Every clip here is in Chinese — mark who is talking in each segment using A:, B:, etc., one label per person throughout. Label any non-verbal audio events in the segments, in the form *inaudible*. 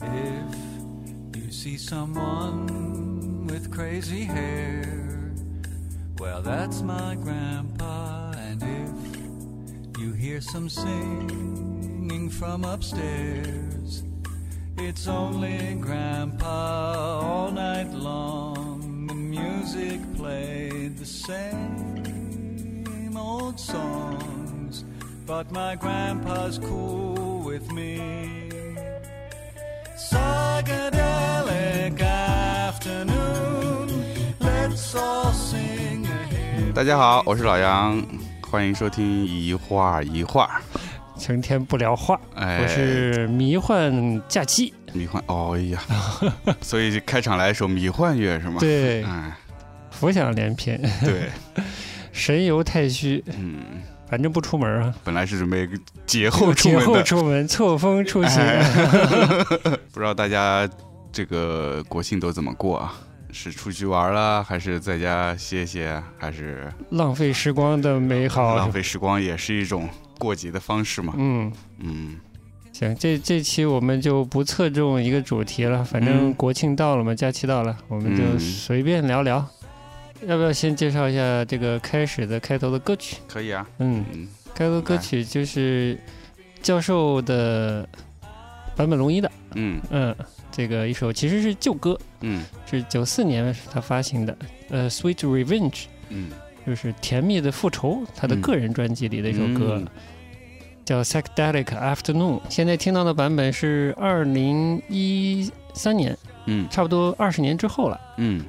A: If you see someone with crazy hair, well, that's my grandpa. And if you hear some singing from upstairs, it's only grandpa all night long. The music played the same old songs, but my grandpa's cool with me. Psychedelic afternoon. Let's all sing a hymn.
B: 大家好，我是老杨，欢迎收听一画儿一画儿。
C: 成天不聊话，
B: 哎，
C: 我是迷幻假期。
B: 迷幻，哦哎呀， *laughs* 所以开场来一首迷幻乐是吗？，
C: 对，
B: 哎，
C: 浮想联翩， *laughs*
B: 对，
C: 神游太虚，
B: 嗯，
C: 反正不出门啊，
B: 本来是准备节后出
C: 节
B: 门
C: 后
B: 的，哎
C: 出门，错峰出行。
B: 不知道大家这个国庆都怎么过啊？是出去玩啦，还是在家歇歇，还是
C: *laughs* 浪费时光的美好
B: 浪。费时光也是一种过节的方式嘛？
C: 嗯，
B: 嗯，
C: 行，这这期我们就不侧重一个主题了，反正
B: 嗯
C: 国庆到了嘛，假期到了，我们就
B: 嗯
C: 随便聊聊。要不要先介绍一下这个开始的开头的歌曲？
B: 可以啊，
C: 嗯，
B: 嗯，
C: 开头歌
B: 来
C: 曲就是教授的坂本龙一的。
B: 嗯，
C: 嗯，这个一首其实是旧歌，
B: 嗯，
C: 是九四年他发行的，呃，《Sweet Revenge》
B: 嗯，
C: 就是《甜蜜的复仇》，他的
B: 嗯
C: 个人专辑里的一首歌，
B: 嗯
C: 叫《Psychedelic Afternoon》。现在听到的版本是二零一三年，
B: 嗯，
C: 差不多二十年之后了。
B: 嗯，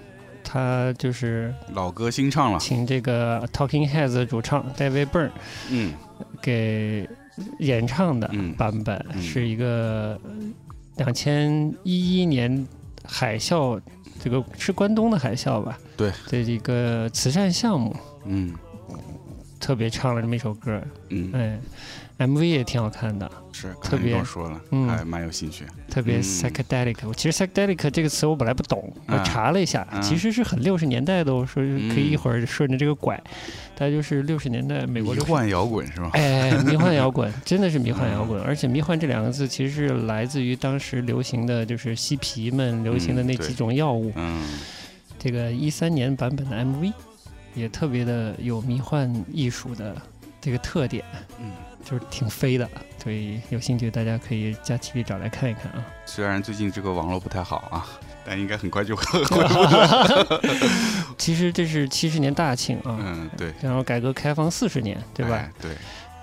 C: 他就是
B: 老歌新唱了，
C: 请这个 Talking Heads 的主唱 David Byrne
B: 嗯
C: 给演唱的
B: 嗯
C: 版本，
B: 嗯
C: 是一个呃两千一一年海啸，这个是关东的海啸吧？
B: 对，
C: 这一个慈善项目
B: 嗯
C: 特别唱了这么一首歌，
B: 嗯，
C: 哎，MV 也挺好看的，
B: 是，
C: 特
B: 刚
C: 别
B: 才跟我说了，
C: 嗯
B: 还蛮有兴趣，
C: 特别
B: 嗯
C: psychedelic。我其实 psychedelic 这个词我本来不懂，我
B: 啊
C: 查了一下，
B: 啊
C: 其实是很六十年代的，我说
B: 嗯
C: 可以一会儿顺着这个拐，它就是六十年代美国
B: 迷
C: 流行
B: 幻摇滚是 *laughs* 吧？
C: 哎，迷幻摇滚 *laughs* 真的是迷幻摇
B: 嗯
C: 滚，而且“迷幻”这两个字其实是来自于当时流行的就是嬉皮们流行的那
B: 嗯对
C: 几种药物。
B: 嗯
C: 这个一三年版本的 MV 也特别的有迷幻艺术的这个特点，
B: 嗯，
C: 就是挺飞的，所以有兴趣大家可以假期里找来看一看
B: *laughs*
C: 啊。 *laughs*
B: 虽然最近这个网络不太好啊，但应该很快
C: *laughs*
B: 就会恢复。
C: 其实这是七十年大庆啊，
B: 嗯，对，
C: 然后改革开放四十年，对吧？
B: 哎？对，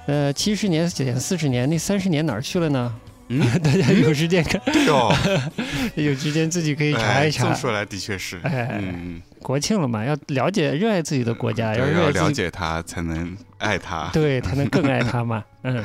C: 呃，七十年减四十年，那三十年哪儿去了呢？
B: 嗯，
C: *laughs* 大家有时间看，
B: 对哦，
C: 有时间自己可以查
B: 哎
C: 一
B: 这
C: 查
B: 么。说来的确是，
C: 哎
B: 嗯，
C: 国庆了嘛，要了解、热爱自己的国家，
B: 对要
C: 热爱
B: 了
C: 自己，
B: 解他才能爱他。
C: *laughs* 对，才能更爱他嘛。 *laughs* 嗯。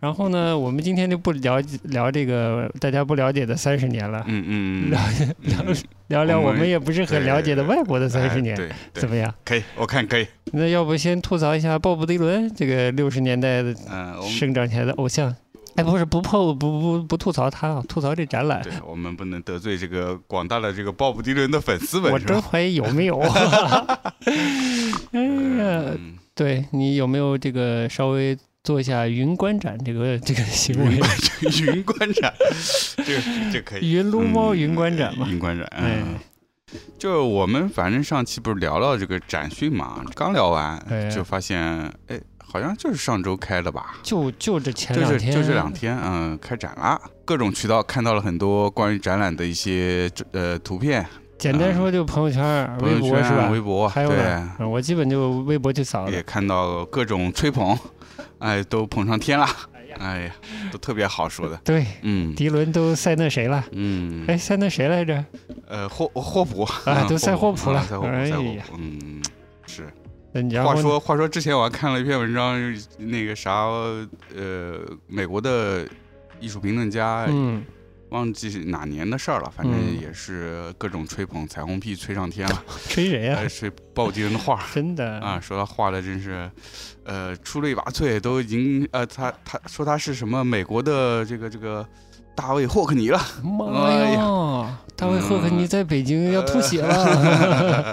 C: 然后呢，我们今天就不了解聊这个大家不了解的三十年了，
B: 嗯嗯嗯，
C: *laughs* 了
B: 嗯
C: 聊聊
B: 我
C: 我
B: 们
C: 们也不是很了解的外国的三十年，
B: 哎对
C: 怎
B: 对，
C: 么样？
B: 可以，我看可以。
C: 那要不先吐槽一下鲍勃迪伦这个六十年代的
B: 嗯，我们
C: 生长起来的偶
B: 哦
C: 像？哎，不是不破不不不吐槽他啊，吐槽这展览。
B: 对，我们不能得罪这个广大的这个鲍勃迪伦的粉丝们，
C: 我
B: 是
C: 真
B: 吧？
C: 怀疑有没有， *laughs* 哎呀，
B: 嗯
C: 对你有没有这个稍微做一下云观展这个这 *laughs* 个行
B: 云
C: 为？
B: 观展，嗯 *laughs* 云观展，这个这
C: *laughs*
B: 可以。
C: 云撸猫
B: 嗯
C: 云观展嘛，
B: 云观展，嗯，就是我们反正上期不是聊到这个展讯嘛，刚聊
C: 哎
B: 完就发现，哎，好像就是上周开的吧，
C: 就就这前
B: 就
C: 两
B: 是
C: 天，
B: 就这两天，嗯，开展啦，各种渠道看到了很多关于展览的一些呃图片、
C: 简单说就朋友圈、
B: 朋
C: 微
B: 友
C: 博
B: 圈
C: 是
B: 啊、
C: 吧
B: 微？博，
C: 还有
B: 对，
C: 呢，嗯我基本就微博去扫
B: 也
C: 了。
B: 看到各种吹捧，哎，都捧上天了，哎呀，都特别好说
C: *laughs*
B: 的，
C: 对，
B: 嗯
C: 迪伦都赛那谁了？
B: 嗯，
C: 哎，赛那谁来着？
B: 呃，霍霍普
C: 啊
B: 嗯
C: 都赛霍普了
B: 啊赛霍普，
C: 哎
B: 赛霍
C: 呀
B: 普，嗯，是。
C: 嗯然后
B: 话
C: 呢
B: 说，话说之前我还看了一篇文章，那个啥，呃，美国的艺术评论家，
C: 嗯，
B: 忘记是哪年的事儿了，反正
C: 嗯
B: 也是各种吹捧彩虹屁吹上天
C: *laughs*
B: 了，
C: 吹谁呀
B: 还？吹鲍勃迪伦的画。
C: 真的
B: 啊，，说他画的真是，呃，出类拔萃，都已经呃，他他说他是什么美国的这个这个大卫霍克尼了， *laughs*
C: 妈
B: 哎
C: 呀！嗯大卫霍克尼在北京要吐血 *laughs* 了，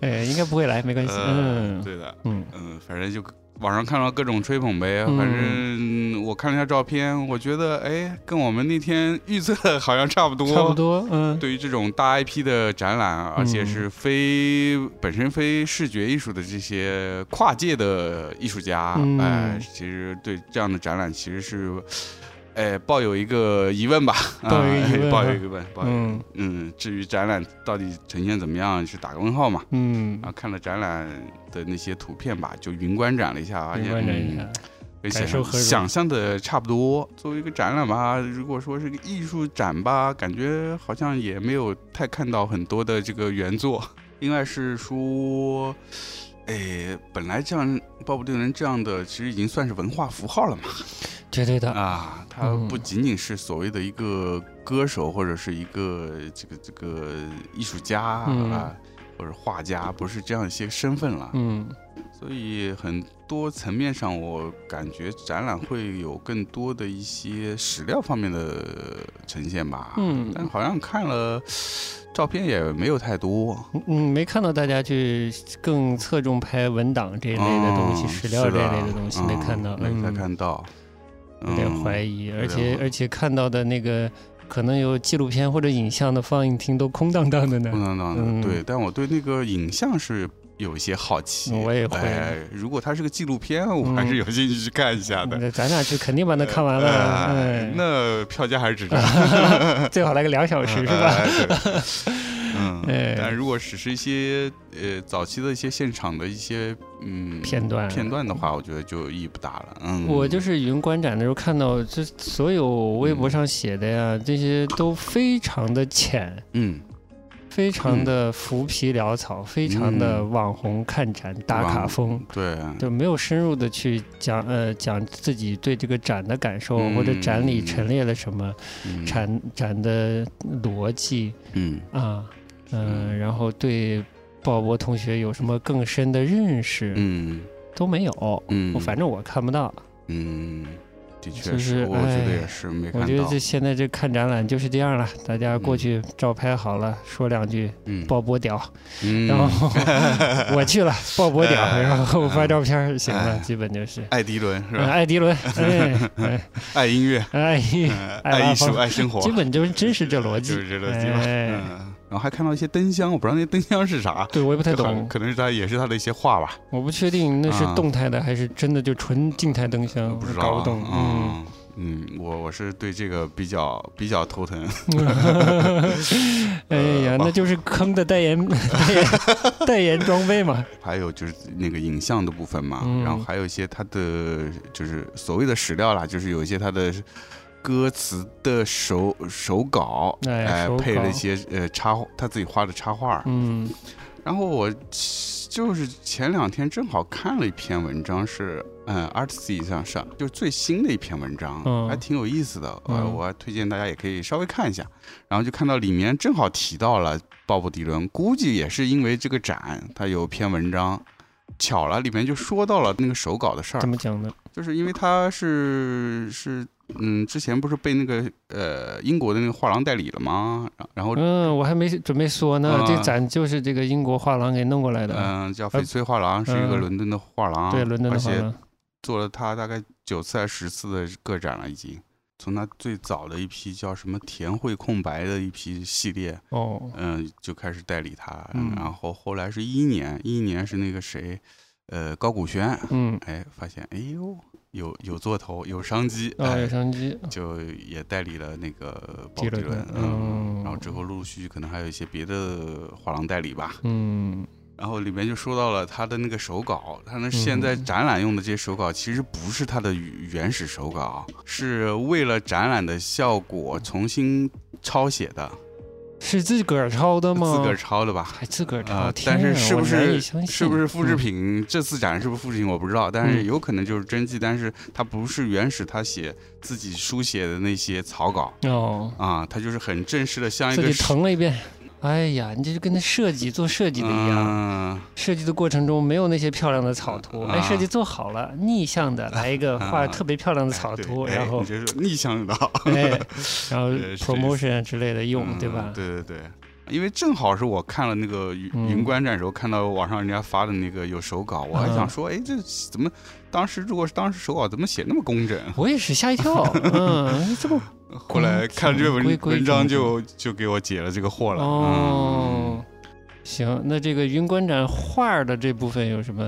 C: 哎，应该不会来，没关系。
B: 呃，
C: 嗯
B: 对的，
C: 嗯，
B: 嗯，反正就网上看到各种吹捧呗，
C: 嗯
B: 反正嗯我看了一下照片，我觉得哎，跟我们那天预测的好像差不多。
C: *laughs* 差不。多，嗯，
B: 对于这种大 IP 的展览，啊而且是非本身非视觉艺术的这些跨界的艺术家，
C: 嗯
B: 哎，其实对这样的展览其实是，哎，抱有一个疑问吧，
C: 抱有一个疑问
B: 啊抱有
C: 啊
B: 一个疑问，抱有一个疑问
C: 嗯
B: 嗯，至于展览到底呈现怎么样，是打个问号嘛。
C: 嗯
B: 然，啊后看了展览的那些图片吧，就云观展了一下，发
C: 明
B: 现
C: 白了一
B: 嗯
C: 下，
B: 跟想
C: 感受
B: 象
C: 何如
B: 想象的差不多。作为一个展览吧，如果说是个艺术展吧，感觉好像也没有太看到很多的这个原作。另外是说，哎，本来这样鲍勃迪伦这样的，其实已经算是文化符号了
C: *laughs*
B: 嘛。
C: 绝对的，
B: 啊，他
C: 嗯
B: 不仅仅是所谓的一个歌手或者是一个这个这个艺术家
C: 嗯
B: 啊，或者画家，不是这样一些身份了。
C: 嗯
B: 所以很多层面上，我感觉展览会有更多的一些史料方面的呈现吧。
C: 嗯
B: 但好像看了照片也没有太多。
C: 嗯，没看到大家去更侧重拍文档这一类的东西，
B: 嗯
C: 史料
B: 是
C: 这一
B: 的
C: 类的东西没看到，
B: 嗯没太
C: 嗯
B: 看嗯到，
C: 有点怀
B: 疑。
C: 疑，
B: 有
C: 而
B: 点
C: 且
B: 怀
C: 而且看到的那个可能有纪录片或者影像的放映厅都空荡荡的
B: 不
C: 呢。
B: 能当
C: 嗯
B: 的，对，但我对那个影像是有一些好奇。
C: 我也会
B: 哎如果它是个纪录片，我还
C: 嗯
B: 是有兴趣去看一下的。
C: 那咱俩去肯定把它看完了，
B: 呃
C: 哎，
B: 那票价还是值得，
C: *laughs* 最好来个两小
B: *laughs*
C: 时是吧？
B: 哎？对
C: *laughs*
B: 嗯，
C: 哎
B: 但如果只是一些呃早期的一些现场的一些嗯
C: 片段
B: 片段的话，我觉得就意义不大了。嗯，
C: 我就是云观展的时候看到，这所有微
B: 嗯
C: 博上写的呀，这些都非常的浅，
B: 嗯
C: 非常的浮皮潦草，非常
B: 嗯
C: 的网红看展打卡风。
B: 对，
C: 就没有深入的去讲，呃，讲自己对这个展的感受，
B: 嗯
C: 或者展里陈列了什么，
B: 嗯
C: 展展的逻辑
B: 嗯
C: 啊，嗯，
B: 嗯
C: 然后对鲍勃同学有什么更深的认识
B: 嗯
C: 都没有，
B: 嗯，
C: 我反正我看不到。
B: 嗯，的确，
C: 就是是
B: 我觉得
C: 哎
B: 也是没
C: 我
B: 看
C: 觉得
B: 到
C: 这。现在这看展览就是这样了，大家过去照拍好了，说两句
B: 嗯，
C: 鲍勃屌，
B: 嗯
C: 然后我去了 *laughs* 鲍勃屌，
B: 哎
C: 然后发照片儿行
B: 哎
C: 了，基本就是。
B: 爱迪伦是
C: 嗯
B: 吧？嗯
C: 艾迪
B: *laughs*
C: 伦，哎哎
B: 爱音乐，
C: 哎，
B: *laughs* 呃
C: 爱拉
B: 爱艺术，
C: 风
B: 爱生活，
C: 基本就是真是这逻
B: 就
C: 辑，
B: 是这逻辑吧。
C: 哎
B: 嗯，然后还看到一些灯箱，我不知道那灯箱是啥，
C: 对，我也不太
B: 就好
C: 懂，
B: 可能是他也是他的一些画吧。
C: 我不确定那是动态的还是真的就纯静态灯箱，
B: 啊不
C: 我
B: 知道啊，
C: 搞不懂。嗯，
B: 嗯嗯，我我是对这个比较比较头疼。嗯
C: *laughs* 哎
B: 呃
C: 呀，那就是坑的代言 *laughs* 代言代言装备嘛。
B: 还有就是那个影像的部分嘛，
C: 嗯
B: 然后还有一些它的就是所谓的史料啦，就是有一些它的歌词的手手稿，
C: 哎
B: 哎、
C: 手稿
B: 配了一些呃插他自己画的插画。
C: 嗯
B: 然后我其就是前两天正好看了一篇文章是，嗯 a r t s y 上上就是最新的一篇文章，
C: 嗯
B: 还挺有意思的，我、
C: 嗯
B: 我还推荐大家也可以稍微看一下。然后就看到里面正好提到了鲍勃迪伦，估计也是因为这个展，他有篇文章。巧了，里面就说到了那个手稿的事儿
C: 怎，么讲呢？
B: 就是因为他是是嗯，之前不是被那个呃英国的那个画廊代理了吗？然然后
C: 嗯，我还没准备说呢
B: 啊，
C: 这展就是这个英国画廊给弄过来的，
B: 嗯，叫翡翠画廊，是一个
C: 嗯
B: 伦敦的画廊，
C: 对，伦敦
B: 而
C: 的画
B: 且
C: 廊。
B: 做了他大概九次还是十次的个展了，已经。从他最早的一批叫什么“田绘空白”的一批系列，
C: 哦，
B: 嗯，就开始代理他，
C: 嗯
B: 然后后来是一一年，一一年是那个谁，呃，高古轩，
C: 嗯，
B: 哎，发现哎呦，有有做头，有商机，
C: 哦，有
B: 哎，
C: 商机，
B: 就也代理了那个鲍
C: 迪
B: 勃迪
C: 伦
B: 伦，
C: 嗯
B: 然后之后陆陆续续可能还有一些别的画廊代理吧，
C: 嗯，
B: 然后里面就说到了他的那个手稿，他那现
C: 嗯
B: 在展览用的这些手稿其实不是他的原始手稿，是为了展览的效果重新抄写的，
C: 是自个儿抄的
B: 自
C: 吗？
B: 个儿抄的吧？
C: 还自个儿
B: 啊、
C: 抄，天
B: 但
C: 啊
B: 是是不
C: 我难
B: 是
C: 以相信
B: 是不是
C: 嗯
B: 复制品？这次展是不是复制品我不知道，但是有可能就是真迹，但是它不是原始他写自己书写的那些草稿
C: 嗯哦，
B: 啊，它就是很正式的，像一
C: 自
B: 个
C: 己腾了一遍。哎呀，你这就跟那设计做设计的一样，
B: 嗯
C: 设计的过程中没有那些漂亮的草图，
B: 啊
C: 哎，设计做好了，逆向的来一个
B: 啊
C: 画特别漂亮的草
B: 对
C: 图，
B: 哎
C: 然后
B: *laughs* 你这是逆向的。
C: 哎，然后
B: 呃是这意思
C: promotion 啊之类的用，
B: 嗯
C: 对吧？
B: 对对对，因为正好是我看了那个云
C: 嗯
B: 云观展时候，看到网上人家发的那个有手稿，我还
C: 嗯
B: 想说，哎，这怎么当时如果是当时手稿怎么写那么工整？ *laughs*
C: 我也是吓一跳，嗯，这么
B: 后来看了这
C: 规
B: 文
C: 规
B: 文章
C: 整整
B: 就就给我解了这个惑了。嗯，
C: 哦，行，那这个云观展画儿的这部分有什么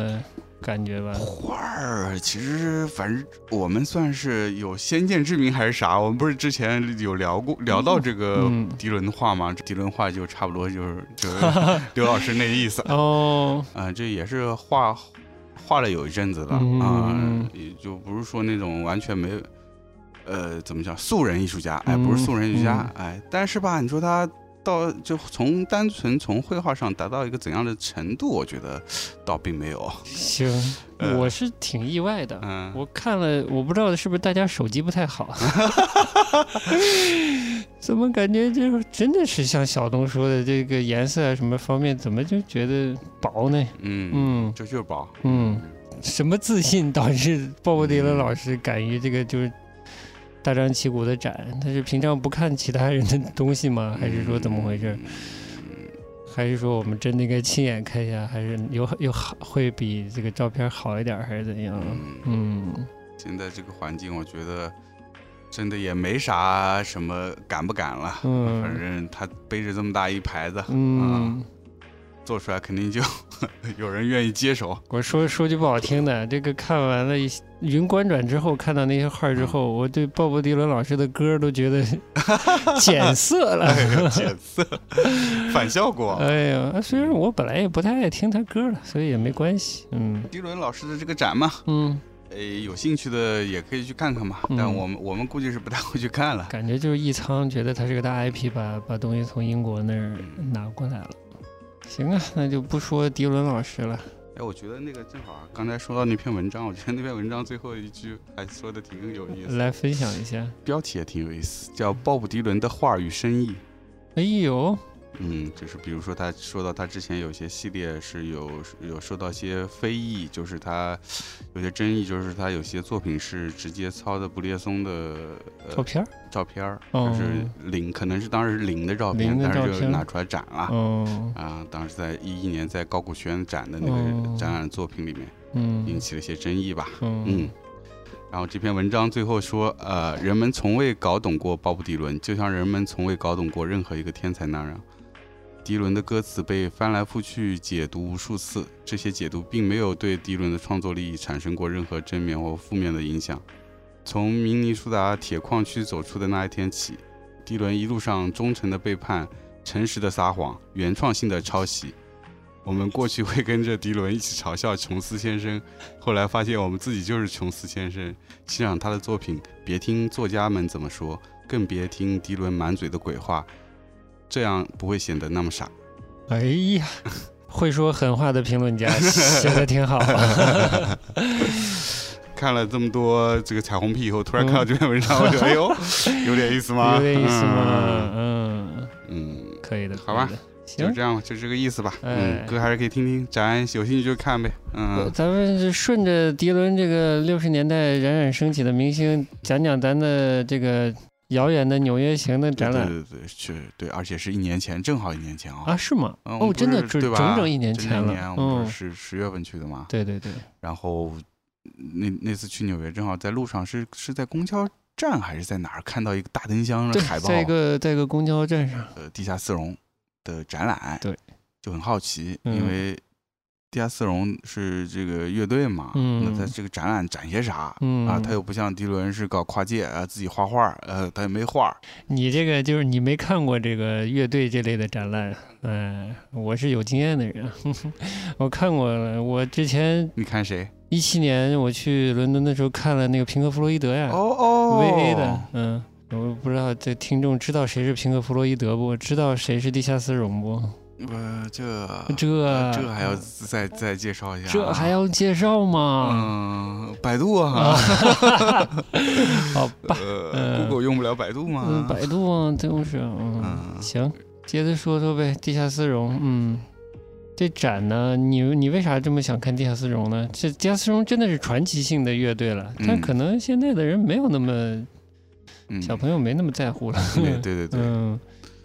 C: 感觉吧？
B: 画儿其实反正我们算是有先见之明还是啥？我们不是之前有聊过聊到这个
C: 嗯
B: 迪伦画吗？这迪伦画就差不多就是就是
C: *laughs*
B: 刘老师那意思。
C: 哦，
B: 嗯、这也是画画了有一阵子了啊、
C: 嗯嗯
B: 也就不是说那种完全没有，呃，怎么讲素人艺术家，哎，
C: 嗯
B: 不是素人艺术家，哎，但是吧，你说他到就从单纯从绘画上达到一个怎样的程度，我觉得倒并没有，
C: 行，
B: 呃
C: 我是挺意外的。
B: 嗯，
C: 我看了，我不知道是不是大家手机不
B: *laughs*
C: 太好，怎么感觉就是真的是像小东说的这个颜色啊什么方面，怎么就觉得薄呢？
B: 嗯，
C: 嗯
B: 这就是宝，
C: 嗯，什么自信导致鲍勃迪伦老师敢于这个就是大张旗鼓的展？他是平常不看其他人的东
B: *laughs*
C: 西吗？嗯还是说怎么回事？
B: 嗯
C: 还是说我们真的应该亲眼看一下？还是有有好会比这个照片好一点，还是怎样？
B: 嗯？嗯，
C: 嗯，
B: 现在这个环境，我觉得真的也没啥什么敢不敢了，
C: 嗯
B: 反正啊他背着这么大一牌子，
C: 嗯，
B: 做出来肯定就 *laughs* 有人愿意接 *laughs* 手。
C: 我说说句不好听的，这个看完了一些云观转之后，看到那些画儿
B: *laughs*
C: 之后，我对鲍勃迪伦老师的歌都觉得 *laughs* 减色了。
B: *laughs*
C: *laughs*
B: 减色，反效果。
C: 哎呀，虽然我本来也不太爱听他歌了，所以也没关系。嗯
B: 迪伦老师的这个展嘛，
C: 嗯，
B: 呃，有兴趣的也可以去看看嘛。
C: 嗯
B: 但我们我们估计是不太会去看了。
C: 感觉就是一仓觉得他是个大 IP，把把东西从英国那儿拿过来了。行啊，那就不说迪伦老师了。
B: 哎，我觉得那个正好啊刚才说到那篇文章，我觉得那篇文章最后一句还说的挺有意
C: *laughs*
B: 思，
C: 来分享一下。
B: 标题也挺有意思，叫《鲍勃迪伦的画与生意》。
C: 哎呦，
B: 嗯，就是比如说他说到他之前有些系列是有有受到一些非议，就是他有些争议，就是他有些作品是直接抄的布列松的
C: 照片儿，
B: 照片儿，
C: 哦
B: 就是零，可能是当时是零的照
C: 零
B: 片，
C: 的
B: 但
C: 照
B: 是就
C: 片
B: 拿出来展了。
C: 嗯
B: 啊，当时在一一年在高古轩展的那
C: 哦
B: 个展览作品里面，引
C: 嗯
B: 起了一些争议吧。
C: 嗯
B: 嗯，然后这篇文章最后说，呃，人们从未搞懂过鲍勃迪伦，就像人们从未搞懂过任何一个天才那样。迪伦的歌词被翻来覆去解读无数次，这些解读并没有对迪伦的创作力产生过任何正面或负面的影响。从明尼苏达铁矿区走出的那一天起，迪伦一路上忠诚的背叛、诚实的撒谎、原创性的抄袭。我们过去会跟着迪伦一起嘲笑琼斯先生，后来发现我们自己就是琼斯先生，欣赏他的作品，别听作家们怎么说，更别听迪伦满嘴的鬼话，这样不会显得那么傻。
C: 哎呀，会说狠话的评
B: *laughs*
C: 论家写的挺好。啊
B: 看了这么多这个彩虹屁以后，突然看到这篇文章，
C: *laughs*
B: 我觉得哎呦，有点意思吗？
C: 有点意思吗？嗯，
B: 嗯？嗯，
C: 可以的，
B: 好吧
C: 可以的，
B: 就
C: 行
B: 这。样吧，就这个意思吧。
C: 哎
B: 嗯，歌还是可以听听，咱有兴趣就看呗。嗯，
C: 咱们是顺着迪伦这个六十年代冉冉升起的明星，讲讲咱的这个遥远的纽约行的展览
B: 对对对，是，对，而且是一年前，正好一年前哦。
C: 啊？是吗？
B: 嗯我
C: 哦，
B: 们
C: 真的
B: 不是
C: 整
B: 对吧？
C: 整整一年前
B: 整整
C: 了
B: 一年。我们
C: 嗯
B: 不，是十月份去的嘛。
C: 对对对，
B: 然后那那次去纽约，正好在路上是是在公交站还是在哪儿看到一个大灯箱的
C: 对
B: 海，报，
C: 在一个在一个公交站上，
B: 呃，地下丝绒的展览，
C: 对，
B: 就很好奇，
C: 嗯
B: 因为地下丝绒是这个乐队嘛，
C: 嗯
B: 那他这个展览展些啥？
C: 嗯
B: 啊，他又不像迪伦是搞跨界，啊，自己画画，呃，他也没画，
C: 你这个就是你没看过这个乐队这类的展览，嗯，我是有经验的人， *laughs* 我看过了。我之前
B: 你看谁？
C: 一七年我去伦敦的时候看了那个平克·弗洛伊德呀，
B: 哦哦
C: VA 嗯的，嗯，我不知道这听众知道谁是平克·弗洛伊德不？知道谁是地下丝绒不？
B: 呃，这
C: 这
B: 呃这还要再再介绍一下啊，
C: 这还要介绍吗？
B: 嗯，百度啊
C: 啊，好吧，
B: 呃
C: 嗯
B: ，Google 用不了百度
C: 嗯，
B: 吗？
C: 百度啊，真是，嗯，
B: 嗯
C: 行，接着说说呗，地下丝绒，嗯。这展呢，你你为啥这么想看地下丝绒呢？这地下丝绒真的是传奇性的乐队了，但
B: 嗯
C: 可能现在的人没有那么
B: 嗯
C: 小朋友没那么在乎了。
B: 对对对对，
C: 嗯嗯，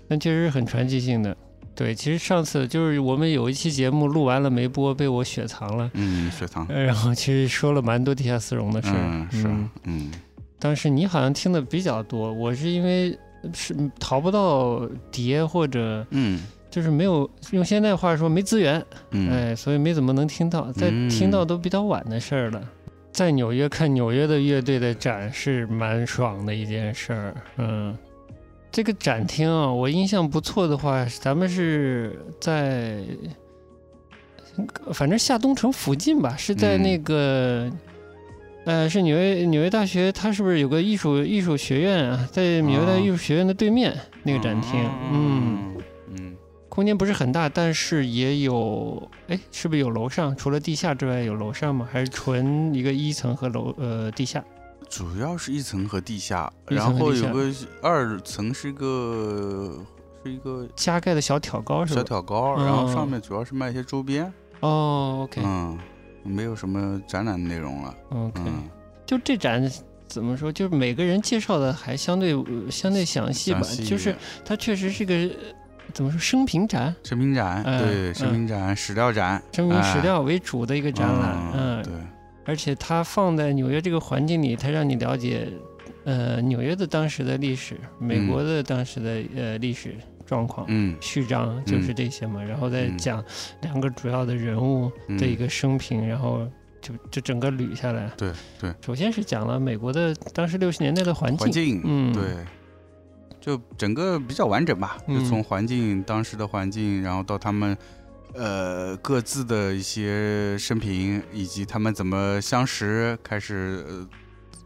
C: 但确实是很传奇性的。对，其实上次就是我们有一期节目录完了没播，被我雪藏了。
B: 嗯，雪藏，
C: 呃然后其实说了蛮多地下丝绒的事儿，
B: 嗯是，嗯
C: 当时你好像听的比较多，我是因为是嗯淘不到碟或者
B: 嗯
C: 就是没有用现在话说没资源，
B: 嗯
C: 哎，所以没怎么能听到，在
B: 嗯
C: 听到都比较晚的事儿了。在纽约看纽约的乐队的展是蛮爽的一件事儿，嗯，这个展厅啊，我印象不错的话，咱们是在，反正下东城附近吧，是在
B: 嗯
C: 那个，呃，是纽约纽约大学，它是不是有个艺术艺术学院啊？在纽约大
B: 啊
C: 学艺术学院的对面、那个展厅，
B: 哦
C: 嗯
B: 嗯
C: 空间不是很大，但是也有，哎，是不是有楼上？除了地下之外有楼上吗？还是纯一个一层和楼呃地下？
B: 主要是一层和地下，
C: 一
B: 然
C: 层和
B: 后
C: 地
B: 有
C: 下
B: 个二层是一个是一个
C: 加盖的小挑高是
B: 小
C: 吧？
B: 挑高，然后
C: 嗯
B: 上面主要是卖一些周边，
C: 哦，OK
B: 嗯，没有什么展览内容了，
C: OK，、
B: 嗯，
C: 就这展怎么说？就是每个人介绍的还相对、呃相对详细吧，
B: 详细一
C: 就是
B: 点
C: 它确实是个呃怎么说生平展，
B: 食品展，
C: 嗯
B: 对，食品展、史料展，
C: 生平史
B: 哎
C: 料为主的一个展览，嗯，
B: 对，
C: 而且它放在纽约这个环境里，它让你了解，呃，纽约的当时的历史，美国的当时的、呃历史状况。
B: 嗯，
C: 序章就是这些嘛，然后再
B: 嗯
C: 讲两个主要的人物
B: 嗯
C: 的一个生平，然后就就整个捋下来。
B: 对对，
C: 首先是讲了美国的当时六十年代的环境，
B: 环境，
C: 嗯，
B: 对，就整个比较完整吧，
C: 嗯
B: 就从环境当时的环境，然后到他们呃各自的一些生平，以及他们怎么相识，开始、呃、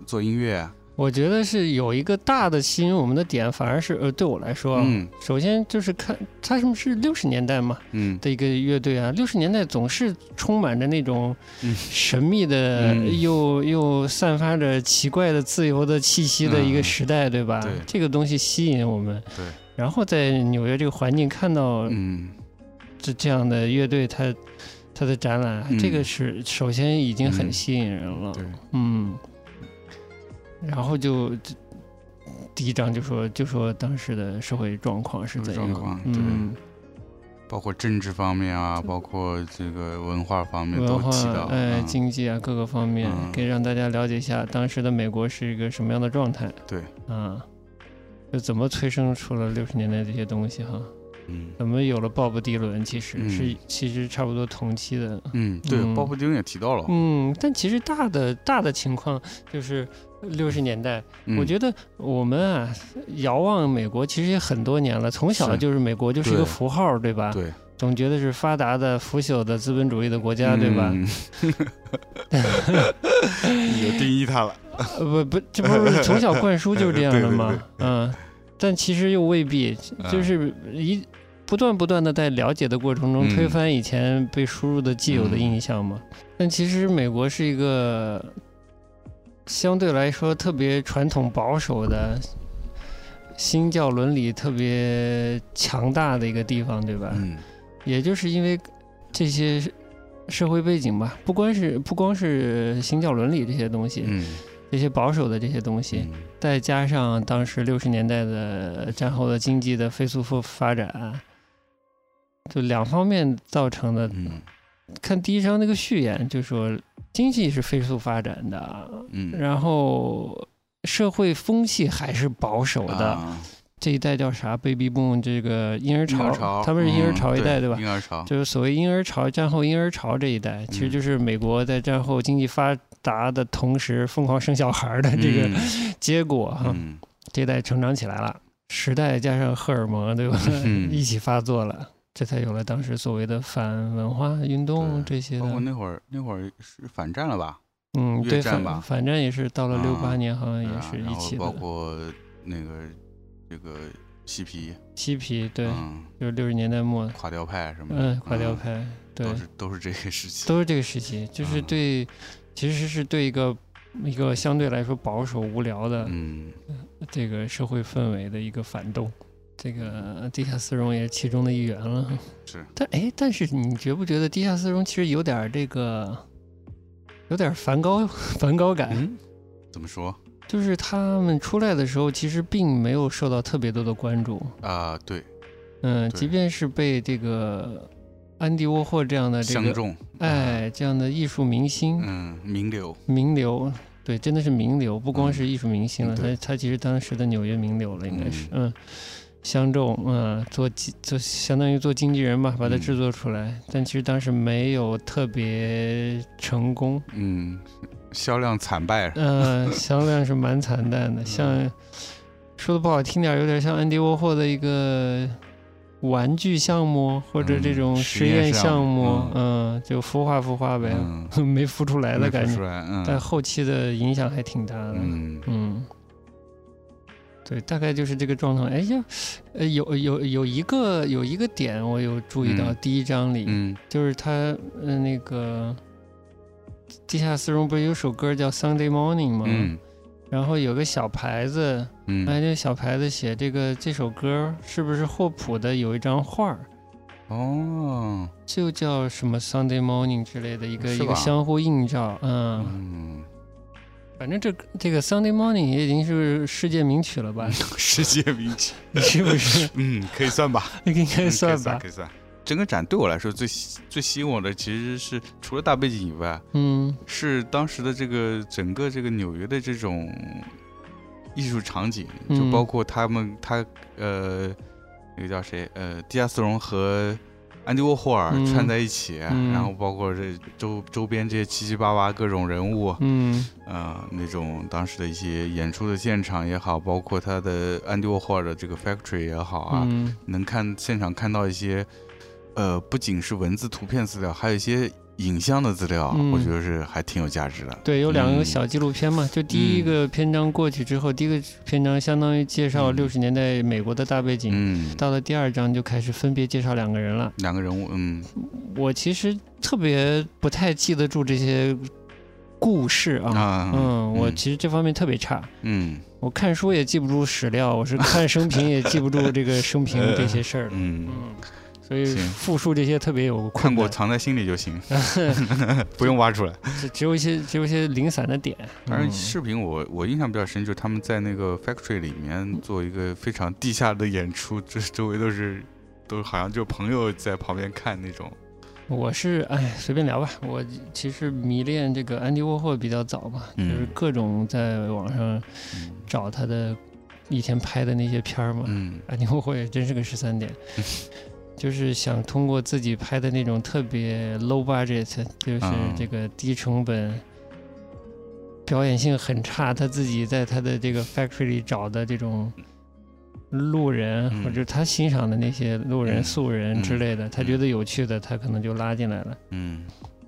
B: 做音乐，啊
C: 我觉得是有一个大的吸引我们的点，反而是呃对我来说啊，
B: 嗯
C: 首先就是看他是不是六十年代嘛，
B: 嗯
C: 的一个乐队啊，六十年代总是充满着那种
B: 嗯
C: 神秘的，
B: 嗯
C: 又又散发着奇怪的自由的气息的一个
B: 嗯
C: 时代，对吧？
B: 对
C: 这个东西吸引我们。
B: 对。
C: 然后在纽约这个环境看到
B: 嗯，
C: 这这样的乐队，它它的展览，
B: 嗯
C: 这个是首先已经很
B: 嗯
C: 吸引人了。
B: 对，
C: 嗯。然后就这第一章就说就说当时的社会状况是
B: 社会
C: 怎样
B: 状况，对
C: 嗯，
B: 包括政治方面啊，包括这个文化方面都
C: 文化
B: 提到，
C: 呃、
B: 嗯
C: 经济啊各个方面，
B: 嗯
C: 可以让大家了解一下当时的美国是一个什么样的状态。
B: 对，
C: 啊，就怎么催生出了六十年代这些东西哈？
B: 嗯
C: 怎么有了鲍勃迪伦？其实、
B: 嗯
C: 是其实差不多同期的。
B: 嗯，对，
C: 嗯
B: 包括丁也提到了，
C: 嗯，但其实大的大的情况就是六十年代，我觉
B: 得
C: 得我们啊遥望美国其实也很多年了，从小
B: 是
C: 就是美国就是一个
B: 对
C: 符号，对吧？
B: 对，
C: 总觉得是发达的、腐朽的资本主义的国家，对吧？ *laughs*
B: 嗯？有定义它了，
C: 呃，不不，这不是从小灌输就是这样的
B: 对 *laughs*
C: 吗
B: 对？嗯
C: 嗯，但其实又未必，就是一不断不断的在了解的过程中
B: 嗯
C: 推翻以前被输入的既有的印象嘛。但其实美国是一个相对来说特别传统保守的。新教伦理特别强大的一个地方，对吧？
B: 嗯
C: 也就是因为这些社会背景吧，不光是不光是新教伦理这些东西，
B: 嗯，
C: 这些保守的这些东西，
B: 嗯
C: 再加上当时六十年代的战后的经济的飞速发发展，就两方面造成的。
B: 嗯
C: 看第一章那个序言，就说经济是飞速发展的，
B: 嗯，
C: 然后社会风气还是保守的。
B: 啊
C: 这一代叫啥？Baby Boom 这个婴儿
B: 婴
C: 潮，
B: 儿潮，
C: 他们是婴儿
B: 嗯
C: 潮一代，对吧？
B: 婴儿嗯潮，
C: 就是所谓婴儿潮，战后婴儿潮这一代，其实就是美国在战后经济发达的同时疯狂生小孩儿的这个结果哈、
B: 嗯，
C: 这代成长起来了，时代加上荷尔蒙，对吧？
B: 嗯
C: *laughs* 一起发作了，这才有了当时所谓的反文化运动这
B: 对嗯
C: 些
B: 包括
C: 的。
B: 那会儿那会儿是反战了吧？
C: 嗯，
B: 越
C: 对，
B: 战吧
C: 反反正也是到了
B: 啊
C: 六八年，好像嗯也
B: 啊
C: 是
B: 然
C: 一
B: 后
C: 起
B: 包
C: 的
B: 括那个这个嬉皮，
C: 嬉皮，对，
B: 嗯，
C: 就是六十年代末，
B: 垮掉派什么的，
C: 嗯，垮掉
B: 嗯
C: 派，对
B: 都，是都是这个时期，
C: 都是这个时期，就是
B: 嗯
C: 对，其实是对一个一个相对来说保守无聊的
B: 嗯
C: 这个社会氛围的一个反动。这个地下丝绒也是其中的一员了。
B: 是，
C: 但哎，但是你觉不觉得地下丝绒其实有点儿这个，有点儿梵高 *laughs* 梵高感？
B: 嗯，怎么说
C: 就是他们出来的时候，其实并没有受到特别多的关注。
B: 啊？对，
C: 嗯，
B: 对
C: 即便是被这个安迪沃霍这样的这
B: 相
C: 个
B: 中，
C: 哎这样的艺术明星、
B: 嗯，名流，
C: 名流，对，真的是名流，不光
B: 嗯
C: 是艺术明星了，
B: 对
C: 他他其实当时的纽约名流了，应该是嗯。相中，嗯，做经做相当于做经纪人吧，把它
B: 嗯
C: 制作出来，但其实当时没有特别成功，
B: 嗯，销量惨败，
C: 嗯，销量是蛮惨淡
B: 嗯
C: 的，像说的不好听点儿，有点像安迪沃霍的一个玩具项目或者这
B: 嗯
C: 种
B: 实
C: 实
B: 验
C: 验
B: 项
C: 项
B: 目
C: 目，嗯，就孵化孵化呗，
B: 嗯，
C: *laughs* 没孵出来的
B: 没
C: 感
B: 说
C: 觉
B: 出，来，
C: 但
B: 嗯
C: 后期的影响还挺大的，
B: 嗯，
C: 嗯，对，大概就是这个状态。哎呀，呃，有有有一个有一个点我有注意到，
B: 嗯
C: 第一章里、
B: 嗯
C: 就是他呃那个地下丝绒不是有首歌叫《Sunday Morning》吗？
B: 嗯
C: 然后有个小牌子，哎，
B: 嗯，
C: 这个小牌子写这个这首歌是不是霍普的有一张画儿，
B: 哦，
C: 就叫什么 Sunday Morning 之类的一个
B: 是
C: 一
B: 吧
C: 个相互映照，嗯，
B: 嗯，
C: 反正这个这个 Sunday Morning 也已经是世界名曲了吧，
B: 嗯世界名曲，
C: 是不是？
B: 嗯，可以算
C: *laughs*
B: 吧。嗯
C: 应
B: 可
C: 该
B: 以
C: 算吧，
B: 可以算。整个展对我来说最吸最吸引我的，其实是除了大背景以外，
C: 嗯
B: 是当时的这个整个这个纽约的这种艺术场景，就
C: 嗯
B: 包括他们他呃那个叫谁呃迪亚斯隆和安迪沃霍尔
C: 嗯
B: 串在一起，
C: 嗯
B: 然后包括这周周边这些七七八八各种人物，
C: 嗯
B: 呃那种当时的一些演出的现场也好，包括他的安迪沃霍尔的这个 factory 也好啊，
C: 嗯
B: 能看现场看到一些，呃，不仅是文字、图片资料，还有一些影像的资料，
C: 嗯
B: 我觉得是还挺有价值的。
C: 对，有两
B: 嗯
C: 个小纪录片嘛，就第一
B: 嗯
C: 个篇章过去之后，第一个篇章相当于介绍
B: 嗯
C: 六十年代美国的大背景，
B: 嗯，
C: 到了第二章就开始分别介绍两个人了。
B: 两个人物，嗯
C: 我其实特别不太记得住这些故事啊，
B: 啊，
C: 嗯，我其实这方面特别差，
B: 嗯
C: 我看书也记不住史料，我是看生平也记不住这个生平这些事儿的，
B: 嗯，
C: 嗯，所以
B: 行
C: 复述这些特别有困
B: 看过
C: 难
B: 藏在心里就
C: *laughs*
B: 行，不用挖出来。
C: 只只有一些只有一些零散的点，
B: 当然，
C: 嗯
B: 视频我我印象比较深，就是他们在那个 factory 里面做一个非常地下的演出，这周围都是都好像就朋友在旁边看那种。
C: 我是哎，随便聊吧。我其实迷恋这个安迪沃霍比较早嘛，
B: 嗯
C: 就是各种在网上找他的以前拍的那些片儿嘛。
B: 嗯
C: 安迪沃霍也真是个十
B: *laughs*
C: 三点，就是想通过自己拍的那种特别 low budget，就是
B: 嗯
C: 这个低成本。表演性很差，他自己在他的这个 factory 里找的这种路人，
B: 嗯
C: 或者他欣赏的那些路人、
B: 嗯
C: 素人之类的，他觉得有趣的，他可能就拉进来了。
B: 嗯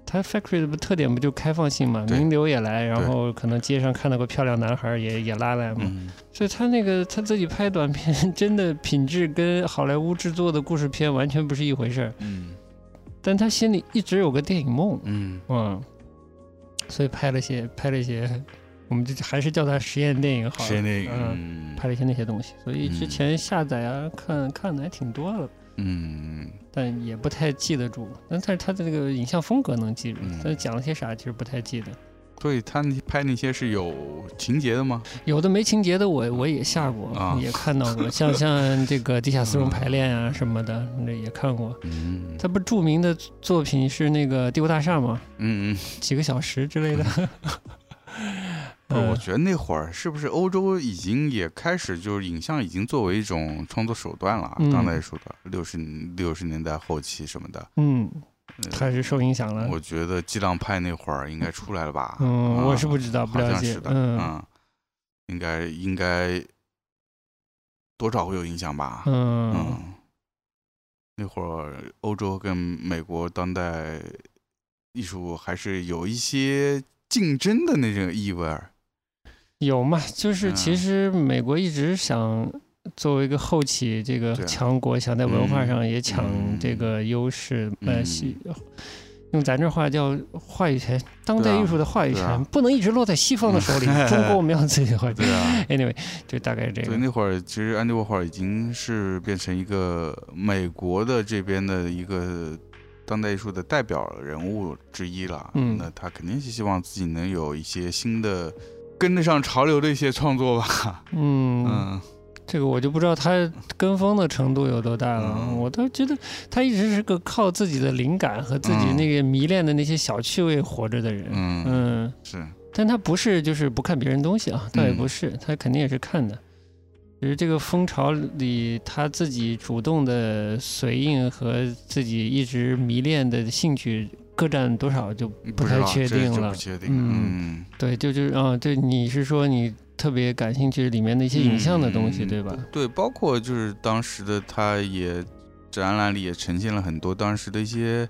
C: 它 factory 的特点不就开放性嘛，
B: 对
C: 名流也来，然
B: 对
C: 后可能街上看到个漂亮男孩儿也也拉来嘛，
B: 嗯
C: 所以他那个他自己拍短片，真的品质跟好莱坞制作的故事片完全不是一回事儿，
B: 嗯
C: 但他心里一直有个电影梦，
B: 嗯
C: 嗯，所以拍了些拍了一些，我们就还是叫它实验电影好了，
B: 实验电影，
C: 嗯，
B: 嗯
C: 拍了一些那些东西，所以之
B: 嗯
C: 前下载啊看看的还挺多的。
B: 嗯
C: 但也不太记得住，但但是他的这个影像风格能记住
B: 嗯，
C: 但是讲了些啥其实不太记得。
B: 所以他那拍那些是有情节的吗？
C: 有的没情节的我我也下过，
B: 啊
C: 也看到过，像像这个地下丝绒排练啊什么的，那也看过。
B: 嗯
C: 他不著名的作品是那个《帝国大厦》吗？
B: 嗯嗯，
C: 几个小时之类的。
B: *laughs* 不是，哦我
C: 嗯，
B: 觉得那会儿是不是欧洲已经也开始就是影像已经作为一种创作手段了啊？
C: 嗯
B: 当代艺术的六十六十年代后期什么的，
C: *laughs* 嗯，
B: 呃
C: 还是受影响了。
B: 我觉得激浪派那会儿应该出来了吧？
C: 嗯，
B: 啊
C: 我是不知道，不
B: 好
C: 了
B: 像
C: 解
B: 是。的，
C: 嗯
B: 嗯，应该应该多少会有影响吧？
C: 嗯
B: 嗯，那会儿欧洲跟美国当代艺术还是有一些竞争的那种意味儿。
C: 有嘛？就是
B: 嗯
C: 其实美国一直想作为一个后起这个
B: 对啊
C: 强国，想在文化上也抢
B: 嗯
C: 这个优势，
B: 嗯
C: 呃，西用咱这话叫话语权，当代
B: 对啊
C: 艺术的话语
B: 对
C: 权、
B: 啊嗯
C: 不能一直落在西方的手里，中国我们要自己的话语
B: *laughs*
C: 权。
B: 对啊，
C: anyway，就大概是这
B: *laughs* 对，
C: 个。
B: 那会儿其实安迪沃霍尔已经是变成一个美国的这边的一个当代艺术的代表人物之一了。
C: 嗯
B: 那他肯定是希望自己能有一些新的。跟得上潮流的一些创作吧，
C: 嗯，
B: 嗯，
C: 这个我就不知道他跟风的程度有多大了。
B: 嗯
C: 我倒觉得他一直是个靠自己的灵感和自己
B: 嗯
C: 那个迷恋的那些小趣味活着的人。
B: 嗯，
C: 嗯
B: 是，
C: 但他不是就是不看别人东西啊，倒也
B: 嗯
C: 不是，他肯定也是看的。只是这个风潮里，他自己主动的随应和自己一直迷恋的兴趣各占多少就
B: 嗯不
C: 不
B: 知
C: 太
B: 道
C: 确
B: 这
C: 定
B: 这
C: 了
B: 不确定，
C: 嗯
B: 嗯，
C: 对，就就是啊，对，你是说你特别感兴趣里面的一些影像的东西，
B: 嗯
C: 对吧？
B: 对，包括就是当时的他也展览里也呈现了很多当时的一些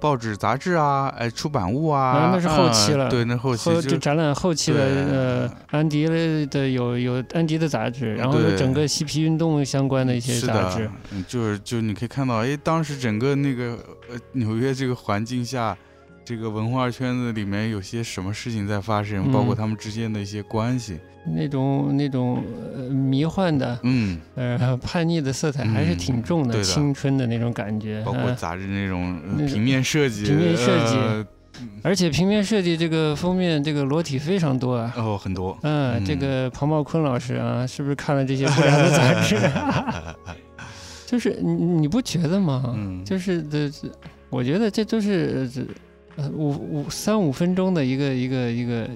B: 报纸、杂志啊，哎，出版物啊，
C: 啊那是后期
B: 嗯
C: 了
B: 对，那后期
C: 后
B: 就
C: 就展览后期的
B: 对
C: 呃，安迪的有有安迪的杂志，然后有
B: 对
C: 整个嬉皮运动相关的一些
B: 是
C: 杂志
B: 的，，嗯就是就你可以看到，哎，当时整个那个呃纽约这个环境下，这个文化圈子里面有些什么事情在发生，
C: 嗯
B: 包括他们之间的一些关系，
C: 那种那种呃迷幻的
B: 嗯，
C: 呃叛逆的色彩还是挺重
B: 嗯对的
C: 青春的那种感觉，
B: 包括
C: 嗯
B: 杂志那种、呃
C: 那个
B: 平面设计，
C: 平面设计
B: 呃
C: 而且平面设计这个封面这个裸体非常多啊。
B: 哦，很多，
C: 嗯，
B: 嗯
C: 这个庞茂坤老师啊，是不是看了这些不良的杂
B: *laughs*
C: 志？就是你你不觉得吗？
B: 嗯，
C: 就是这，这我觉得这都是这呃五五三五分钟的一个一个一个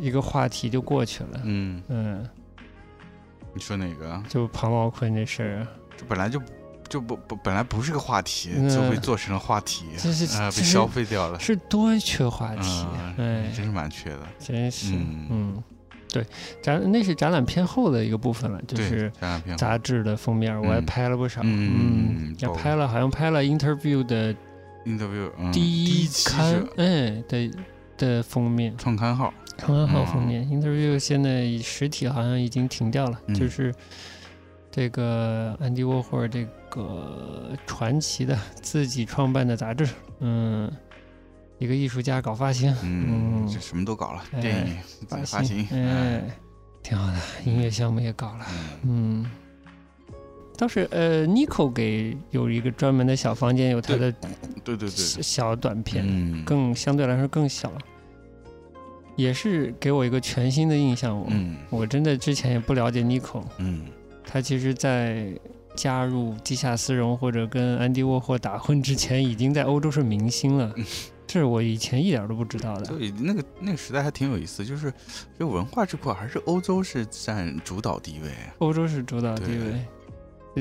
C: 一个话题就过去了。
B: 嗯，
C: 嗯，
B: 你说哪个？啊
C: 就庞茂坤这事儿啊，
B: 这本来就就不不本来不是个话题，
C: 嗯
B: 就被做成了话题，
C: 这是
B: 啊、
C: 这
B: 被
C: 是
B: 消费掉了，
C: 是多缺话题
B: 啊，
C: 哎，
B: 真是蛮缺的。
C: 真是，
B: 嗯
C: 嗯，对，展那是展览偏后的一个部分了，就
B: 对
C: 是
B: 展览片，
C: 杂志的封面，我还
B: 嗯
C: 拍了不少，
B: 嗯
C: 嗯，也
B: 包括
C: 拍了，好像拍了 interview 的
B: interview，嗯，
C: 第
B: 第一期
C: 刊
B: 是，
C: 嗯的的封面，
B: 创刊号，
C: 很好封面。Interview 现在实体好像已经停掉了，
B: 嗯
C: 就是这个安迪沃霍尔这个传奇的自己创办的杂志，嗯，一个艺术家搞发行，
B: 嗯，
C: 嗯
B: 这什么都搞了，
C: 哎
B: 电影
C: 发
B: 发行，
C: 哎，挺好的，音乐项目也搞了，嗯。倒是呃，Nico 给有一个专门的小房间，有他的
B: 对对对，
C: 小小短片，
B: 嗯，
C: 更相对来说更小，也是给我一个全新的印象。我、
B: 嗯
C: 我真的之前也不了解 Nico，
B: 嗯
C: 他其实，在加入地下丝绒或者跟安迪沃霍打混之前，已经在欧洲是明星了。这是我以前一点都不知道的。
B: 嗯对，那个那个时代还挺有意思，就是就文化这块还是欧洲是占主导地位，
C: 欧洲是主导地
B: 对
C: 位，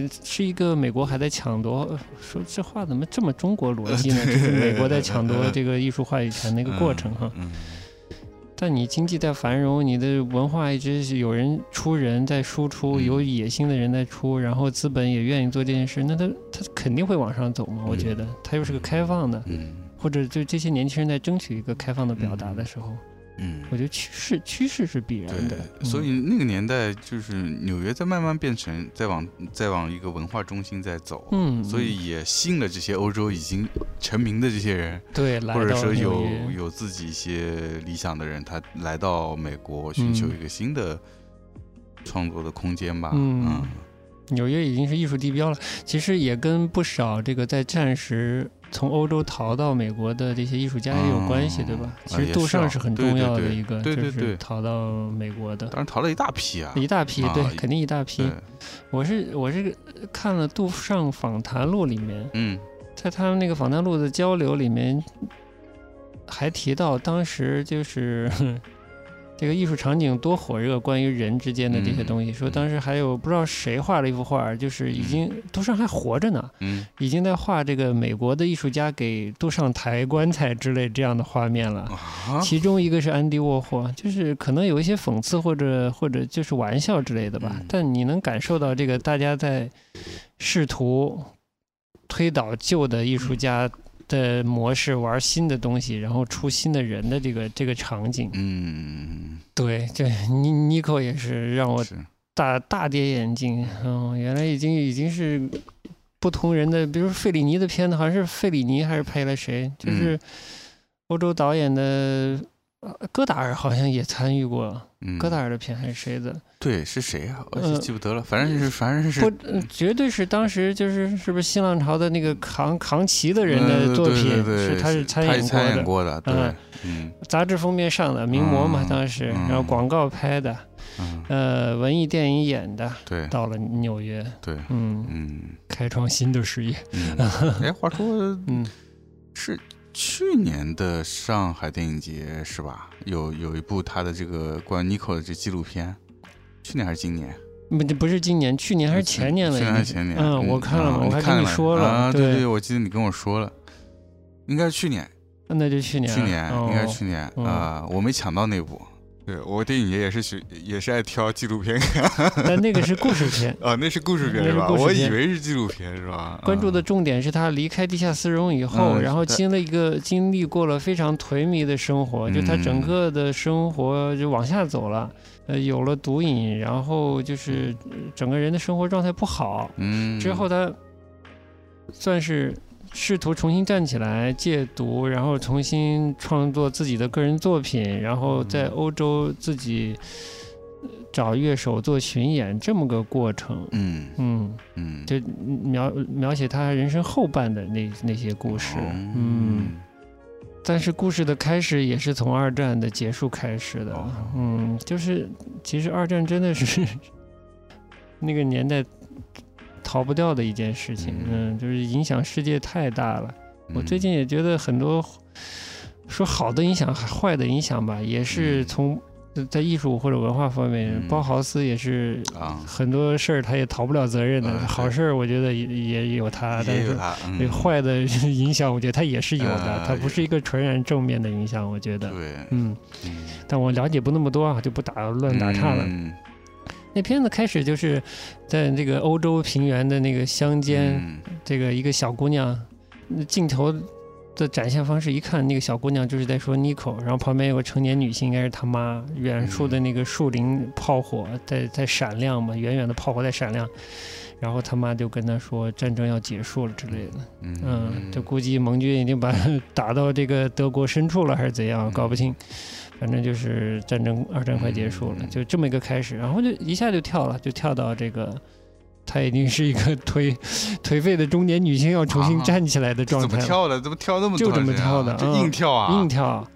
C: 呃是一个美国还在抢夺。呃说这话怎么这么中国
B: *laughs*
C: 逻辑呢？就是美国在抢夺这个艺术话语权的一个过程哈。
B: 嗯，
C: 但你经济在繁荣，你的文化一直是有人出人在输出，
B: 嗯
C: 有野心的人在出，然后资本也愿意做这件事，那他他肯定会往上走嘛。我觉得他又是个开放的，
B: 嗯
C: 或者就这些年轻人在争取一个开放的表达的时候，
B: 嗯
C: 我觉得趋势趋势是必然的
B: 对。，呃所以
C: 嗯
B: 那个年代就是纽约在慢慢变成，在往在往一个文化中心在走，
C: 嗯，嗯，
B: 所以也吸引了这些欧洲已经成名的这些人，
C: 对，来
B: 或者
C: 到
B: 说
C: 纽
B: 有
C: 约
B: 有自己一些理想的人，他来到美国寻求一个新的创作的空间吧。
C: 嗯纽约已经是艺术地标了，其实也跟不少这个在战时从欧洲逃到美国的这些艺术家也有关系，
B: 嗯
C: 对吧
B: 啊？
C: 其实杜尚是很重要的一个，
B: 也是啊对对对对对对
C: 就
B: 对
C: 是逃到美国的
B: 当然逃了一大批啊，
C: 一大批，
B: 啊
C: 对
B: 一，
C: 肯定一大批
B: 对。，
C: 我是我是看了杜尚访谈录里面，
B: 嗯
C: 在他们那个访谈录的交流里面，还提到当时就是 *laughs* 这个艺术场景多火热，关于人之间的这些东西。说当时还有不知道谁画了一幅画，就是已经杜尚还活着呢，
B: 嗯
C: 已经在画这个美国的艺术家给杜尚抬棺材之类这样的画面了。
B: 啊，
C: 其中一个是安迪沃霍，就是可能有一些讽刺或者或者就是玩笑之类的吧，
B: 嗯
C: 但你能感受到这个大家在试图推倒旧的艺术家的模式，玩新的东西，然后出新的人的这个这个场景。
B: 嗯，
C: 对，这尼尼克也是让我
B: 是
C: 大大跌眼镜。嗯，原来已经已经是不同人的，比如费里尼的片子，好像是费里尼还是拍了谁，
B: 嗯
C: 就是欧洲导演的。呃戈达尔好像也参与过
B: 嗯，
C: 戈达尔的片还是谁的？
B: 对是谁啊？我
C: 呃
B: 记不得了，反正是反正是
C: 不，呃绝对是当时就是是不是新浪潮的那个扛扛旗的人
B: 嗯
C: 的
B: 对
C: 作
B: 对对
C: 品，
B: 对
C: 是他是参
B: 他
C: 演
B: 是
C: 过
B: 参
C: 的
B: 演。过的，对
C: 嗯，
B: 嗯
C: 杂志封面上的名模嘛
B: 嗯，
C: 当时，
B: 嗯
C: 然后广告拍的，
B: 嗯，
C: *laughs* 呃文艺电影演的，
B: 对
C: 到了纽约，
B: 对，
C: 嗯，
B: 嗯，
C: 开创新的事业， *laughs*
B: 嗯哎，话说
C: 嗯，
B: 是去年的上海电影节是吧？有有一部他的这个关于 Nico 的这纪录片，去年还是今年？
C: 不这不是今年，去年还是前年了已
B: 去
C: 经，
B: 年还是前年？
C: 嗯，我看了
B: 啊
C: 嘛，我还
B: 看
C: 跟你说了
B: 啊，，对
C: 对，
B: 我记得你跟我说了，应该是去年，
C: 啊那就去年了，
B: 去年
C: 哦
B: 应该是去年
C: 嗯
B: 啊，我没抢到那部。对我电影节也是学也是爱挑纪录片看。
C: 但那个是故事片
B: *laughs* 啊，那是故事片
C: 那是
B: 是吧？
C: 故事
B: 我以
C: 片
B: 为是纪录片是吧？
C: *laughs* 关注的重点是他离开地下丝绒以后，
B: 嗯
C: 然后
B: 对
C: 经了一个经历过了非常颓靡的生活，就他整
B: 嗯
C: 个的生活就往下走了，呃，有了毒瘾，然后就是呃
B: 嗯
C: 整个人的生活状态不好，
B: 嗯，嗯
C: 之后他算是试图重新站起来，戒毒，然后重新创作自己的个人作品，然后在
B: 嗯
C: 欧洲自己呃找乐手做巡演这么个过程。
B: 嗯
C: 嗯，
B: 嗯，
C: 就描描写他人生后半的那那些故事。
B: 哦
C: 嗯，但是故事的开始也是从二战的结束开始的。
B: 哦
C: 嗯，就是其实二战真的是那个年代逃不掉的一件事情。
B: 嗯
C: 嗯就是影响世界太大了。我
B: 嗯
C: 最近也觉得很多说好的影响、坏的影响吧，也是
B: 嗯
C: 从。在艺术或者文化方面，
B: 嗯
C: 包豪斯也是
B: 啊
C: 很多事儿他也逃不了责任的。
B: 呃对
C: 好事儿我觉得也也有他，啊但
B: 也
C: 是
B: 有他，嗯
C: 对坏的 *laughs* 影响，我觉得它也是有的，
B: 呃
C: 它不是一个纯然正面的影响，我觉得。
B: 对，
C: 嗯，
B: 嗯
C: 但我了解不那么多啊，就不打乱打岔了。
B: 嗯
C: 那片子开始就是在这个欧洲平原的那个乡间，
B: 嗯
C: 这个一个小姑娘，那镜头的展现方式一看，那个小姑娘就是在说 Nico，然后旁边有个成年女性，应该是她妈。远处的那个树林炮火
B: 嗯
C: 在在闪亮嘛，远远的炮火在闪亮，然后他妈就跟她说战争要结束了之类的。嗯，就估计盟军已经把 *laughs* 打到这个德国深处了，还是怎
B: 嗯
C: 样，搞不清。反正就是战争，二战快结束了
B: 嗯，
C: 就这么一个开始，然后就一下就跳了，就跳到这个，她已经是一个颓 *laughs* 颓废的中年女性要重新
B: 啊
C: 站起来的
B: 这
C: 状
B: 怎么
C: 态了，
B: 跳的？怎么跳那么
C: 就
B: 多
C: 这么
B: 人啊
C: 跳的
B: 就
C: 嗯
B: 硬跳啊，
C: 硬跳，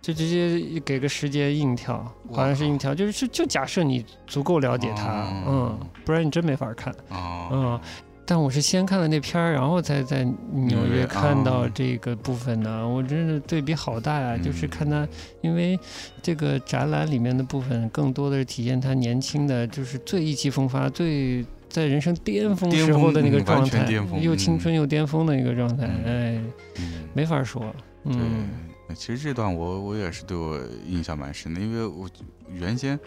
C: 就直接给个时间硬跳，
B: 我
C: 好像是
B: 靠
C: 硬跳，就是就就假设你足够了解她，
B: 哦
C: 嗯，不然你真没法看。嗯
B: 哦，
C: 但我是先看了那片儿，然后才在纽
B: 纽约
C: 约看到
B: 啊
C: 这个部分的。我真是对比好大呀、
B: 嗯
C: 哎就是看他，因为这个展览里面的部分更多的是体现他年轻的，就是最意气风发、最在人生巅峰
B: 巅峰
C: 时候的那个
B: 嗯
C: 状
B: 完全
C: 态
B: 巅峰，
C: 又青春又巅峰的一个状态。哎，
B: 嗯
C: 没法说。
B: 对
C: 嗯，
B: 那其实这段我我也是对我印象蛮深的，因为我原先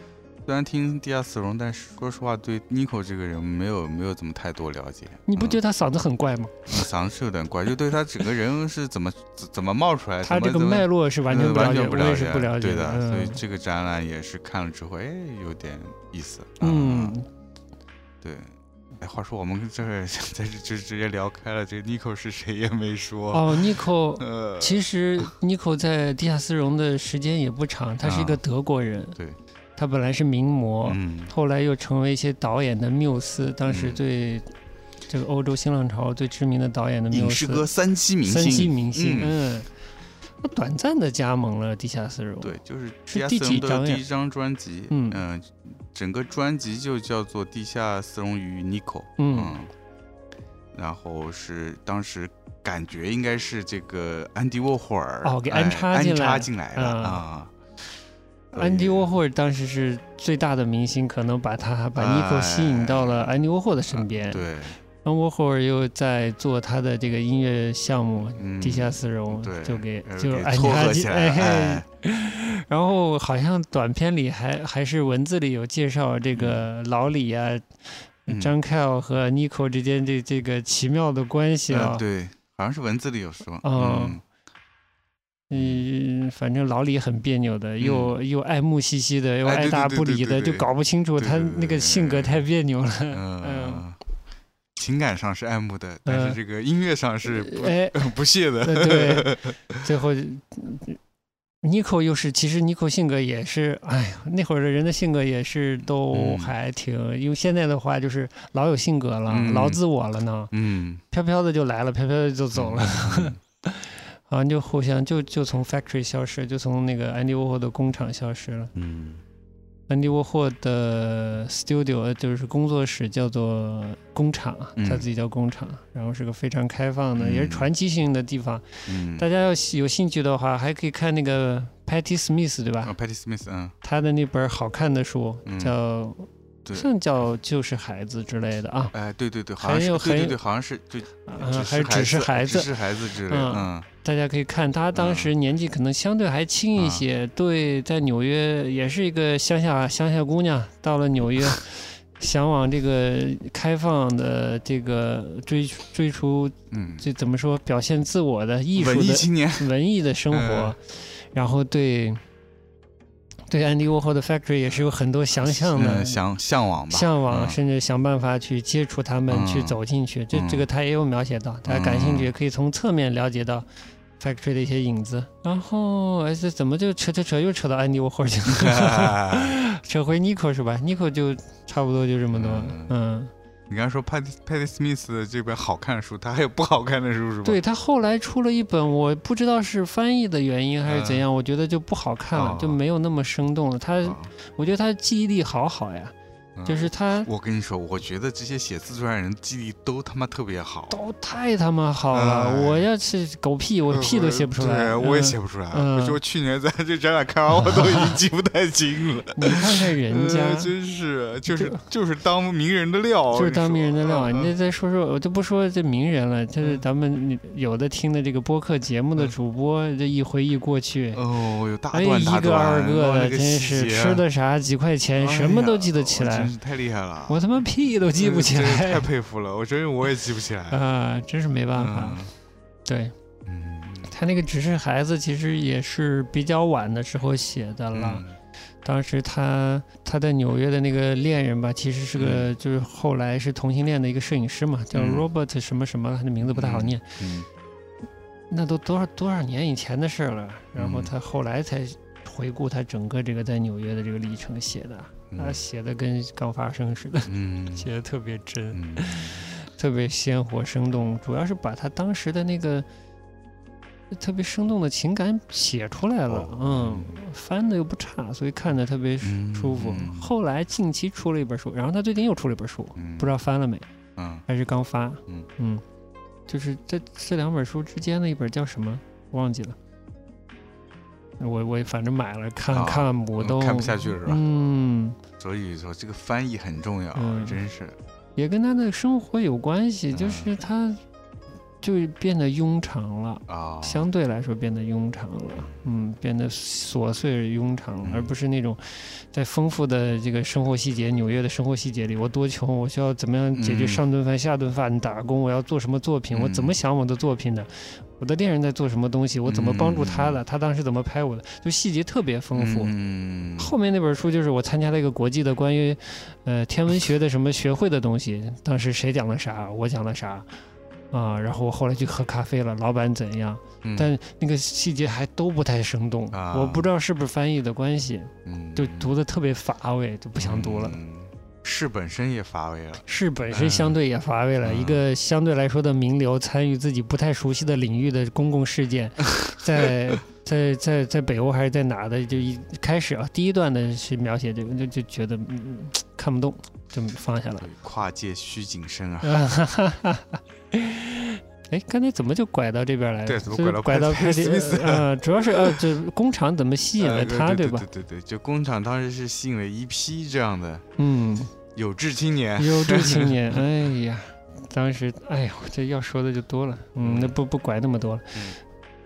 B: 虽然听地下丝绒，但是说实话对 Nico 这个人没有没有怎么太多了解。
C: 你不觉
B: 得
C: 得他嗓子很怪吗？
B: 嗓子是有点怪，就对他整个人是怎么怎怎么冒出来，
C: 他
B: 怎么哎
C: 这个
B: 怎么
C: 脉络是完全
B: 嗯
C: 不了
B: 完
C: 解，
B: 全不
C: 我也是不了解
B: 对的，所以
C: 嗯
B: 这个展览也是看了之后，哎，有点意思。啊，
C: 嗯，
B: 对。哎，话说我们这儿 *laughs* 在这就直接聊开了，这 Nico 是谁也没说。
C: 哦，Nico。
B: 呃，
C: 其
B: *laughs*
C: 实 Nico 在地下丝绒的时间也不长，他是一个德国人，
B: 啊对，
C: 他本来是名模，
B: 嗯，
C: 后来又成为一些导演的缪斯，当时
B: 嗯
C: 最、这个欧洲新浪潮最知名的导演的缪
B: 影视
C: 斯
B: 歌，三栖明
C: 三栖
B: 星，
C: 明星，
B: 嗯
C: 嗯，他短暂的加盟了地下丝绒，
B: 对，就是
C: 是
B: 地下
C: 第
B: 丝
C: 几
B: 绒的
C: 张呀
B: 第一张专辑，
C: 嗯
B: 呃整个专辑就叫做《地下丝绒与 Nico》，
C: 嗯，
B: 然后是当时感觉应该是这个安迪沃霍尔
C: 哦给
B: 哎
C: 安插
B: 安
C: 进
B: 插
C: 来
B: 进来的
C: 啊
B: 啊，
C: 安迪
B: 所以
C: 沃霍尔当时是最大的明星，可能把他把 Nico
B: 哎啊
C: 吸引到了安迪沃霍的身边，
B: 对，
C: 安沃霍尔又在做他的这个音乐项目，
B: 嗯
C: 地下丝绒
B: 对，
C: 就给
B: 呃
C: 就
B: 给
C: 安
B: 撮
C: 插
B: 合
C: 进
B: 起来了，哎，
C: 然后好像短片里还还是文字里有介绍这个老李啊、
B: 嗯
C: 张凯尔和 Nico 之间这这个奇妙的关系
B: 呃
C: 啊。
B: 对，好像是文字里有说，
C: 哦
B: 嗯，
C: 嗯，反正老李很别扭的，又、又爱慕兮兮的，
B: 嗯
C: 又
B: 哎
C: 爱
B: 对
C: 答
B: 对
C: 不
B: 对
C: 理
B: 对
C: 的，
B: 对
C: 就搞不清楚
B: 对
C: 他
B: 对对
C: 那个性
B: 对
C: 格太别扭了。
B: *laughs*
C: 嗯
B: 呃情感上是爱慕的，但是
C: 呃
B: 这个音乐上是不
C: 哎，
B: *laughs* 不屑的，
C: 呃对，最后，Nico 又是，其实 Nico 性格也是，哎呀，那会儿的人的性格也是都
B: 嗯
C: 还挺，用现在的话就是老有性格了，
B: 嗯
C: 老自我了呢，
B: 嗯，
C: 飘飘的就来了，飘飘的就走了，
B: 嗯，
C: 好像就互相就就从 factory 消失，就从那个安迪沃霍的工厂消失了。
B: 嗯，
C: 安迪沃霍的 studio 呃就是工作室叫做工厂，啊
B: 嗯
C: 他自己叫工厂，啊然后是个非常开放的，
B: 嗯
C: 也是传奇性的地方。
B: 嗯，
C: 大家要喜有兴趣的话，还可以看那个 Patty Smith 对吧？
B: 啊，Patty Smith，嗯，
C: 他的那本好看的书
B: 嗯
C: 叫，
B: 对
C: 像叫就是孩子之类的啊，
B: 哎，对对对，好像
C: 很有
B: 是，对对
C: 很
B: 对，好像是，对，
C: 啊还是只是孩
B: 嗯孩
C: 子
B: 只，是嗯孩子之类的，嗯
C: 嗯大家可以看他当时年纪可能相对还轻一
B: 嗯
C: 些，对，在纽约也是一个乡下乡下姑娘，到了纽约， *laughs* 向往这个开放的这个追追逐，
B: 嗯，
C: 这怎么说表现自我的艺术
B: 文艺
C: 的
B: 青年，
C: 文艺的生活，
B: 嗯
C: 然后对对安迪沃霍的 Factory 也是有很多想象的
B: 嗯，向向往吧，
C: 向往，
B: 嗯
C: *laughs* 甚至想办法去接触他们，
B: 嗯
C: 去走进去。这
B: 嗯
C: 这个他也有描写到，大家感兴趣也可以从侧面了解到 Factory 的一些影子。然后，哎，这怎么就扯扯扯又扯到安迪沃霍去了？ *laughs* 扯回 Nico 是吧？Nico 就差不多就这么多
B: 嗯。
C: 嗯，
B: 你刚才说 Patty Patty Smith 这本好看的书，他还有不好看的书是吧？哦
C: 对他后来出了一本，我不知道是翻译的原因还是怎样，我觉得就不好看了
B: 嗯哦，
C: 就没有那么生动了。他，
B: 啊，
C: 我觉得他记忆力好好呀，
B: 嗯
C: 就是他
B: 我跟你说，我觉得这些写自传人记忆力都他妈特别好，
C: 都太他妈好了。
B: 哎
C: 我要是狗屁，我屁都写不出来。
B: 对，我也
C: 嗯
B: 写不出来。
C: 嗯
B: 我就去年在这展览看完，我都已经记不太清了。
C: 你看看人家，
B: 呃真是就是
C: 对
B: 就是当名人的料，
C: 就是当名人的料。
B: 我跟
C: 你
B: 你
C: 这再说说，我就不说这名人了，就是
B: 啊嗯
C: 咱们有的听的这个播客节目的
B: 嗯
C: 主播，这一回忆过去
B: 说，哦，有大
C: 哎，
B: 段
C: 一
B: 大
C: 个
B: 段，
C: 二个
B: 哇
C: 的，
B: 那个
C: 真
B: 细
C: 是
B: 节啊哎
C: 吃的啥几块钱，什么都记得起
B: 哎呀我
C: 来
B: 真。是呃太厉害了。
C: *laughs* 我他妈屁都记不起
B: 真是太
C: 来
B: 佩服了，我真我也记不起来。
C: *laughs* 啊，真是没办法
B: 嗯。
C: 对
B: 嗯
C: 他那个只是孩子，其实也是比较晚的时候写的了。
B: 嗯
C: 当时他他在纽约的那个恋人吧，其实是个、就是后来是同性恋的一个摄影师嘛，叫
B: 嗯
C: Robert 什么什么，他的名字不太好念。
B: 嗯
C: 那都多少多少年以前的事儿了，然
B: 嗯
C: 后他后来才回顾他整个这个在纽约的这个历程写的，他
B: 嗯
C: 写的跟刚发生似的，
B: 嗯
C: 写的特别真，
B: 嗯
C: 特别鲜活生动，主要是把他当时的那个。特别生动的情感写出来了，
B: 哦
C: 嗯，翻的又不差，所以看着特别
B: 嗯
C: 舒服
B: 嗯。
C: 后来近期出了一本书，然后他最近又出了一本书，
B: 嗯
C: 不知道翻了没，
B: 嗯
C: 还是刚发。
B: 嗯
C: 就是这这两本书之间的一本叫什么，忘记了。我我反正买了看、
B: 啊
C: 看，我都
B: 看不下去了是吧？
C: 嗯，
B: 所以说这个翻译很重要，
C: 嗯
B: 真是。
C: 也跟他的生活有关系，
B: 嗯
C: 就是他就变得庸常了。
B: 啊，
C: 相对来说变得庸常了，嗯，变得琐碎庸常了
B: 嗯，
C: 而不是那种在丰富的这个生活细节，纽约的生活细节里，我多穷，我需要怎么样解决
B: 嗯
C: 上顿饭、下顿饭，打工，我要做什么作品，我怎么
B: 嗯
C: 想我的作品的，我的恋人在做什么东西，我怎么帮助他的，他当时怎么拍我的，就细节特别丰富。
B: 嗯，
C: 后面那本书就是我参加了一个国际的关于，呃，天文学的什么学会的东西，当时谁讲了啥，我讲了啥，啊，然后我后来去喝咖啡了，老板怎样，
B: 嗯
C: 但那个细节还都不太生动，
B: 啊
C: 我不知道是不是翻译的关系，
B: 嗯
C: 就读的特别乏味，就不想读了。
B: 嗯是本身也乏味了，
C: 是本身相对也乏味了，
B: 嗯
C: 一个相对来说的名流参与自己不太熟悉的领域的公共事
B: *laughs*
C: 件，在在在在北欧还是在哪的，就一开始啊，第一段的是描写这个，就就觉得、嗯、看不懂，就放下了。
B: 跨界需谨慎啊。
C: 啊哈哈哈哈！ *laughs* 哎，刚才怎么就拐到这边来了？
B: 对怎么
C: 就是
B: 拐到
C: 拐到
B: Patrick
C: 快递？
B: Smith
C: 呃，主要是呃，这工厂怎么吸引了
B: *laughs* 呃
C: 他，
B: 对
C: 吧？
B: 对对对，就工厂当时是吸引了一批这样的
C: 嗯，
B: 有志青年。
C: 优质
B: *laughs*
C: 青年，哎呀，当时，哎呦，这要说的就多了，嗯，那不不拐那么多了。
B: 嗯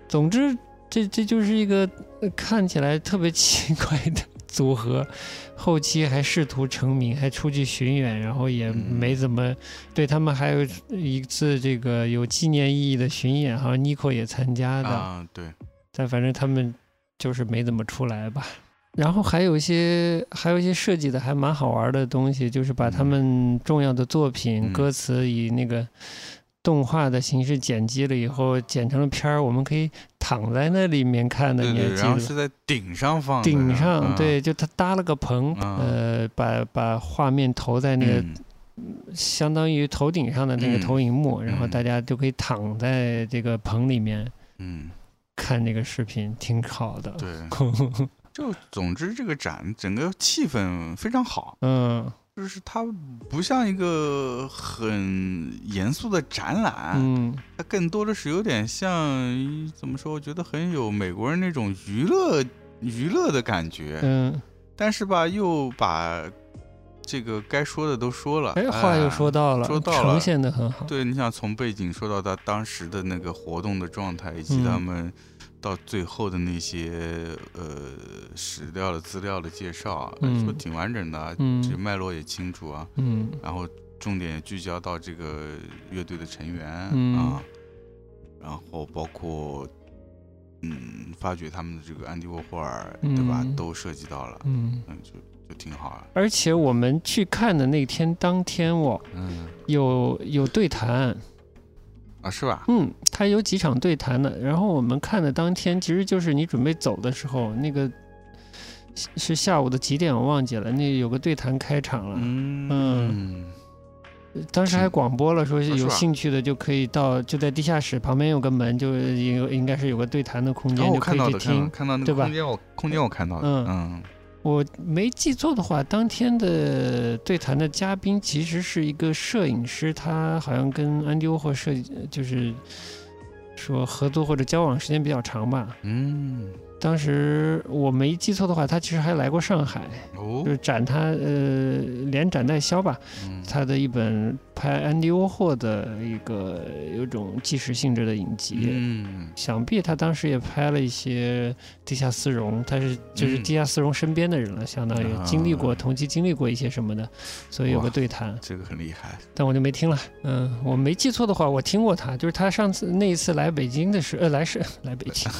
C: 总之，这这就是一个呃看起来特别奇怪的组合，后期还试图成名，还出去巡演，然后也
B: 嗯
C: 没怎么、对他们还有一次这个有纪念意义的巡演，好像 Nico 也参加的，
B: 啊，对，
C: 但反正他们就是没怎么出来吧。然后还有一些，还有一些设计的还蛮好玩的东西，就是把他们重要的作
B: 嗯
C: 品、歌词以那个动画的形式剪辑了以后，剪成了片儿，我们可以躺在那里面看的，
B: 对
C: 你还
B: 对，
C: 记
B: 然后
C: 得吧？
B: 是在顶上放的，
C: 顶上，
B: 嗯，
C: 对，就他搭了个棚，
B: 嗯
C: 呃，把把画面投在那个
B: 嗯
C: 相当于头顶上的那个
B: 嗯
C: 投影幕，然后
B: 嗯
C: 大家就可以躺在这个棚里面
B: 嗯，
C: *laughs* 看这个视频，挺好的。
B: 对，就总之这个展整个气氛非常好，
C: 嗯
B: 就是它不像一个很严肃的展览，
C: 嗯
B: 它更多的是有点像怎么说？我觉得很有美国人那种娱乐娱乐的感觉，
C: 嗯，
B: 但是吧，又把这个该说的都说了。
C: 哎，话又说
B: 到、
C: 到了，
B: 呃说到了
C: 呈现的很好，
B: 对，你想从背景说到他当时的那个活动的状态，以及他
C: 嗯
B: 们到最后的那些、呃史料的资料的介绍啊，
C: 嗯
B: 说挺完整的啊，这个
C: 嗯
B: 脉络也清楚啊。
C: 嗯
B: 然后重点聚焦到这个乐队的成员、
C: 嗯
B: 啊，然后包括嗯，发掘他们的这个安迪沃霍尔，对吧？
C: 嗯
B: 都涉及到了，
C: 嗯。
B: 嗯，就就挺好啊，
C: 而且我们去看的那天当天哦，
B: 嗯
C: 有有对谈，
B: 啊，是吧？
C: 嗯，他有几场对谈的。然后我们看的当天，其实就是你准备走的时候，那个是是下午的几点我忘记了，那有个对谈开场了，
B: 嗯
C: 嗯当时还
B: 是
C: 广播了，说
B: 啊
C: 是
B: 是
C: 有
B: 吧
C: 兴趣的就可以到，就在地下室旁边有个门，就有应该是有个对谈的空
B: 然
C: 间，
B: 后
C: 就
B: 哦我
C: 可
B: 看
C: 以
B: 到
C: 去
B: 的，看到
C: 听。
B: 看到那
C: 对
B: 个
C: 吧
B: 空间，我空间我看到的，嗯
C: 我没记错的话，当天的对谈的嘉宾其实是一个摄影师，他好像跟安迪沃霍设计就是说合作或者交往时间比较长吧。
B: 嗯
C: 当时我没记错的话，他其实还来过上海，
B: 哦
C: 就是展他呃连展带销吧，
B: 嗯
C: 他的一本拍安迪沃霍的一个有种纪实性质的影集。
B: 嗯
C: 想必他当时也拍了一些地下丝绒，他是就是
B: 嗯
C: 地下丝绒身边的人了，相当于
B: 啊
C: 经历过同期经历过一些什么的，所以有
B: 哇
C: 个对谈，
B: 这个很厉害，
C: 但我就没听了。嗯，我没记错的话，我听过他，就是他上次那一次来北京的时候，呃，来是 *laughs* 来北
B: *laughs*
C: 京，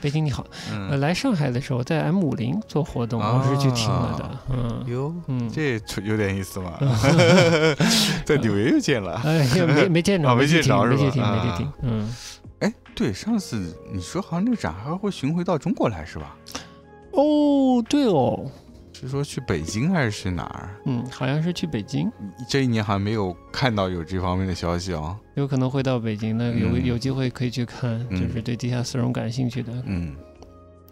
C: 北京你好，呃，
B: 嗯
C: 来上海的时候在 M 五零做活动，我是去听了的
B: 啊，
C: 嗯
B: 哟，
C: 嗯，
B: 这有点意思嘛， *laughs* 在纽约又见了。
C: *laughs* 哎，没没见
B: *laughs*
C: 着，
B: 啊没
C: 没去
B: 见着
C: 听，
B: 是
C: 没
B: 吧
C: 去听，没
B: 啊
C: 去听，嗯。
B: 哎，对，上次你说好像这个展还会巡回到中国来是吧？
C: 哦，对哦，
B: 是说去北京还是去哪儿？
C: 嗯，好像是去北京，
B: 这一年好像没有看到有这方面的消息哦。
C: 有可能会到北京的，有
B: 嗯
C: 有机会可以去看，
B: 嗯
C: 就是对地下丝绒感兴趣的
B: 嗯，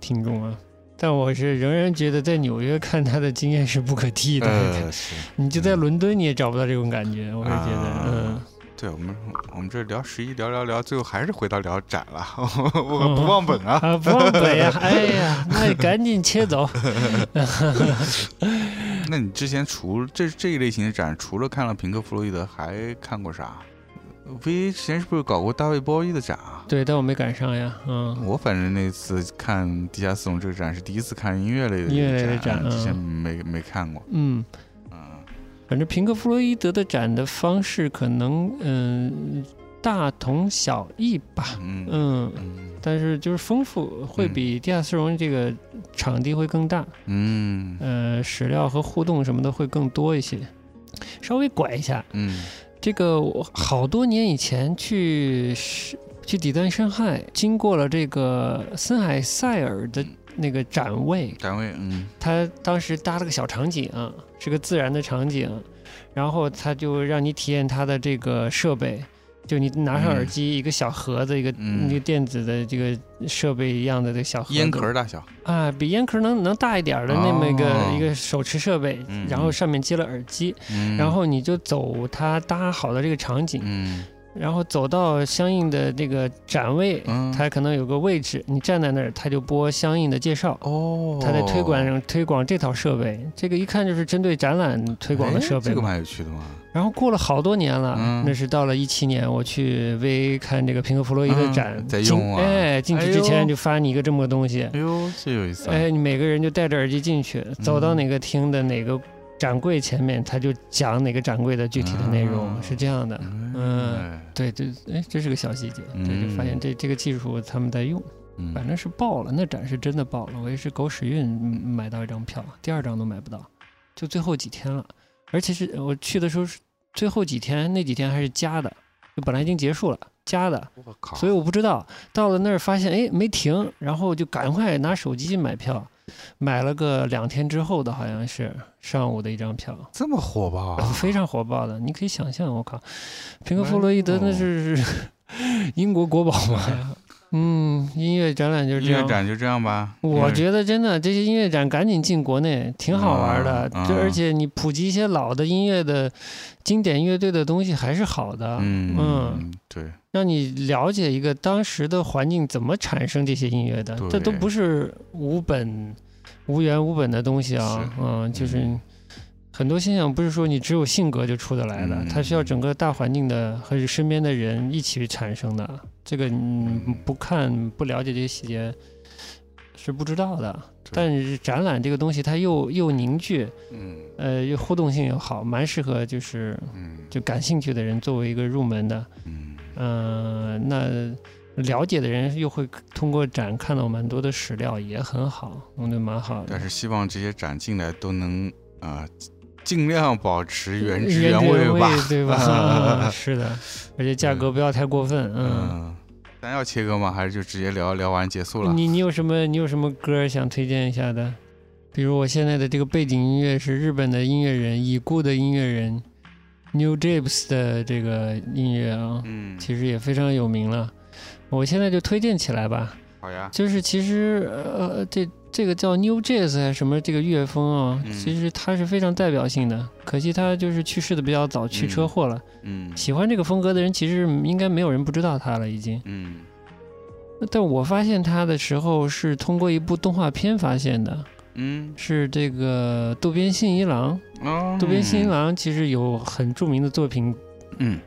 C: 听众啊。但我是仍然觉得在纽约看他的经验是不可替代的，
B: 呃，是，
C: *laughs* 你就在伦敦你也找不到这种感觉，我是觉得，嗯
B: 啊，对我们我们这聊十一聊聊聊，最后还是回到聊展了， *laughs* 我们不忘本啊。
C: 啊，不往
B: *laughs*
C: 北呀，哎呀，那你赶紧切走， *laughs* 嗯
B: 那你之前除了这这一类型的展，除了看了平克·弗洛伊德，还看过啥？V A 之前是不是搞过大卫·鲍伊的展啊？
C: 对，但我没赶上呀，嗯，
B: 我反正那次看地下丝绒这个展是第一次看音乐类的
C: 音乐类的展
B: 之前
C: 嗯
B: 没没看过。
C: 嗯。
B: 嗯
C: 反正平克·弗洛伊德的展的方式可能嗯大同小异吧，
B: 嗯
C: 嗯，
B: 嗯
C: 但是就是丰富会比地下丝绒这个场地会更大，
B: 嗯
C: 呃，史料和互动什么的会更多一些。稍微拐一下，
B: 嗯
C: 这个我好多年以前去是去底丹深海，经过了这个森海塞尔的那个展位，
B: 展位嗯
C: 他当时搭了个小场景，是个自然的场景，然后他就让你体验他的这个设备，就你拿上
B: 嗯
C: 耳机，一个小盒子，一个、
B: 嗯
C: 那个电子的这个设备一样的这个小盒子，
B: 烟壳大小
C: 啊，比烟壳能能大一点儿的那么一个、
B: 哦
C: 一个手持设备，
B: 嗯
C: 然后上面接了耳机，
B: 嗯
C: 然后你就走他搭好的这个场景，
B: 嗯
C: 然后走到相应的这个展位，
B: 嗯
C: 它可能有个位置，你站在那儿，它就播相应的介绍。
B: 哦
C: 他在推广推广这套设备，这个一看就是针对展览推广的
B: 哎
C: 设备
B: 这个
C: 嘛。
B: 蛮有趣的嘛
C: 然后过了好多年了，
B: 嗯
C: 那是到了一七年，我去 VA 看这个平克·弗洛伊德
B: 嗯
C: 展，
B: 在
C: 进
B: 用啊
C: 哎，进去之前就发你一个这么个东西，
B: 哎呦这有意思啊
C: 哎，你每个人就带着耳机进
B: 嗯
C: 去，走到哪个厅的哪个展柜前面，他就讲哪个展柜的具体的内容，
B: 啊
C: 是这样的。嗯
B: 哎
C: 对，这哎，这是个小细节，对，就发现
B: 嗯
C: 这这个技术他们在用。
B: 嗯
C: 反正是爆了，那展是真的爆了。我也是狗屎运嗯买到一张票，第二张都买不到，就最后几天了。而且是我去的时候是最后几天，那几天还是加的，就本来已经结束了加的，
B: 我靠
C: 所以我不知道。到了那儿发现哎没停，然后就赶快拿手机买票，买了个两天之后的好像是上午的一张票。
B: 这么火爆啊
C: 非常火爆的，你可以想象，我靠，平克·
B: 哎
C: 弗洛伊德
B: 呦 *laughs*
C: 那是英国国宝嘛，嗯，音乐展览就是
B: 音
C: 这
B: 乐
C: 样。
B: 展就嗯这样吧。
C: 我
B: 得
C: 觉得真的这些音乐展赶紧进国内，挺好玩的。
B: 啊
C: 就
B: 啊
C: 而且你普及一些老的音乐的经典乐队的东西还是好的，
B: 嗯
C: 嗯
B: 对，
C: 让你了解一个当时的环境怎么产生这些音乐的
B: 对，
C: 这都不是无本、无源无本的东西啊。
B: 是
C: 嗯，就是很多现象不是说你只有性格就出得来的，
B: 嗯
C: 它需要整个大环境的和身边的人一起产生的。这个你
B: 嗯
C: 不看不了解这些细节是不知道的。
B: 对
C: 但是展览这个东西，它又又凝聚，
B: 嗯
C: 呃，又互动性又好，蛮适合就是
B: 嗯
C: 就感兴趣的人作为一个入门的。
B: 嗯
C: 嗯，那了解的人又会通过展看到蛮多的史料，也很好，我觉得蛮好的
B: 但。是希望这些展进来都能啊、尽量保持原汁
C: 原
B: 味吧。？
C: 对吧
B: *laughs*
C: 嗯是的，而且价格不要太过分。嗯，
B: 嗯，咱要切割吗？还是就直接聊聊完结束了？
C: 你你有什么你有什么歌想推荐一下的？比如我现在的这个背景音乐是日本的音乐人，已故的音乐人 New Japes 的这个音乐啊，
B: 嗯，
C: 其实也非常有名了。我现在就推荐起来吧。
B: 好呀。
C: 就是其实呃，这这个叫 New Jazz 还是什么这个乐风啊、
B: 嗯
C: 其实它是非常代表性的。可惜他就是去世的比较早，去车祸了。
B: 嗯
C: 喜欢这个风格的人，其实应该没有人不知道他了已经。
B: 嗯
C: 但我发现他的时候是通过一部动画片发现的，
B: 嗯，
C: 是这个渡边信一郎。
B: 哦，
C: 渡边信一郎其实有很著名的作品，
B: 嗯，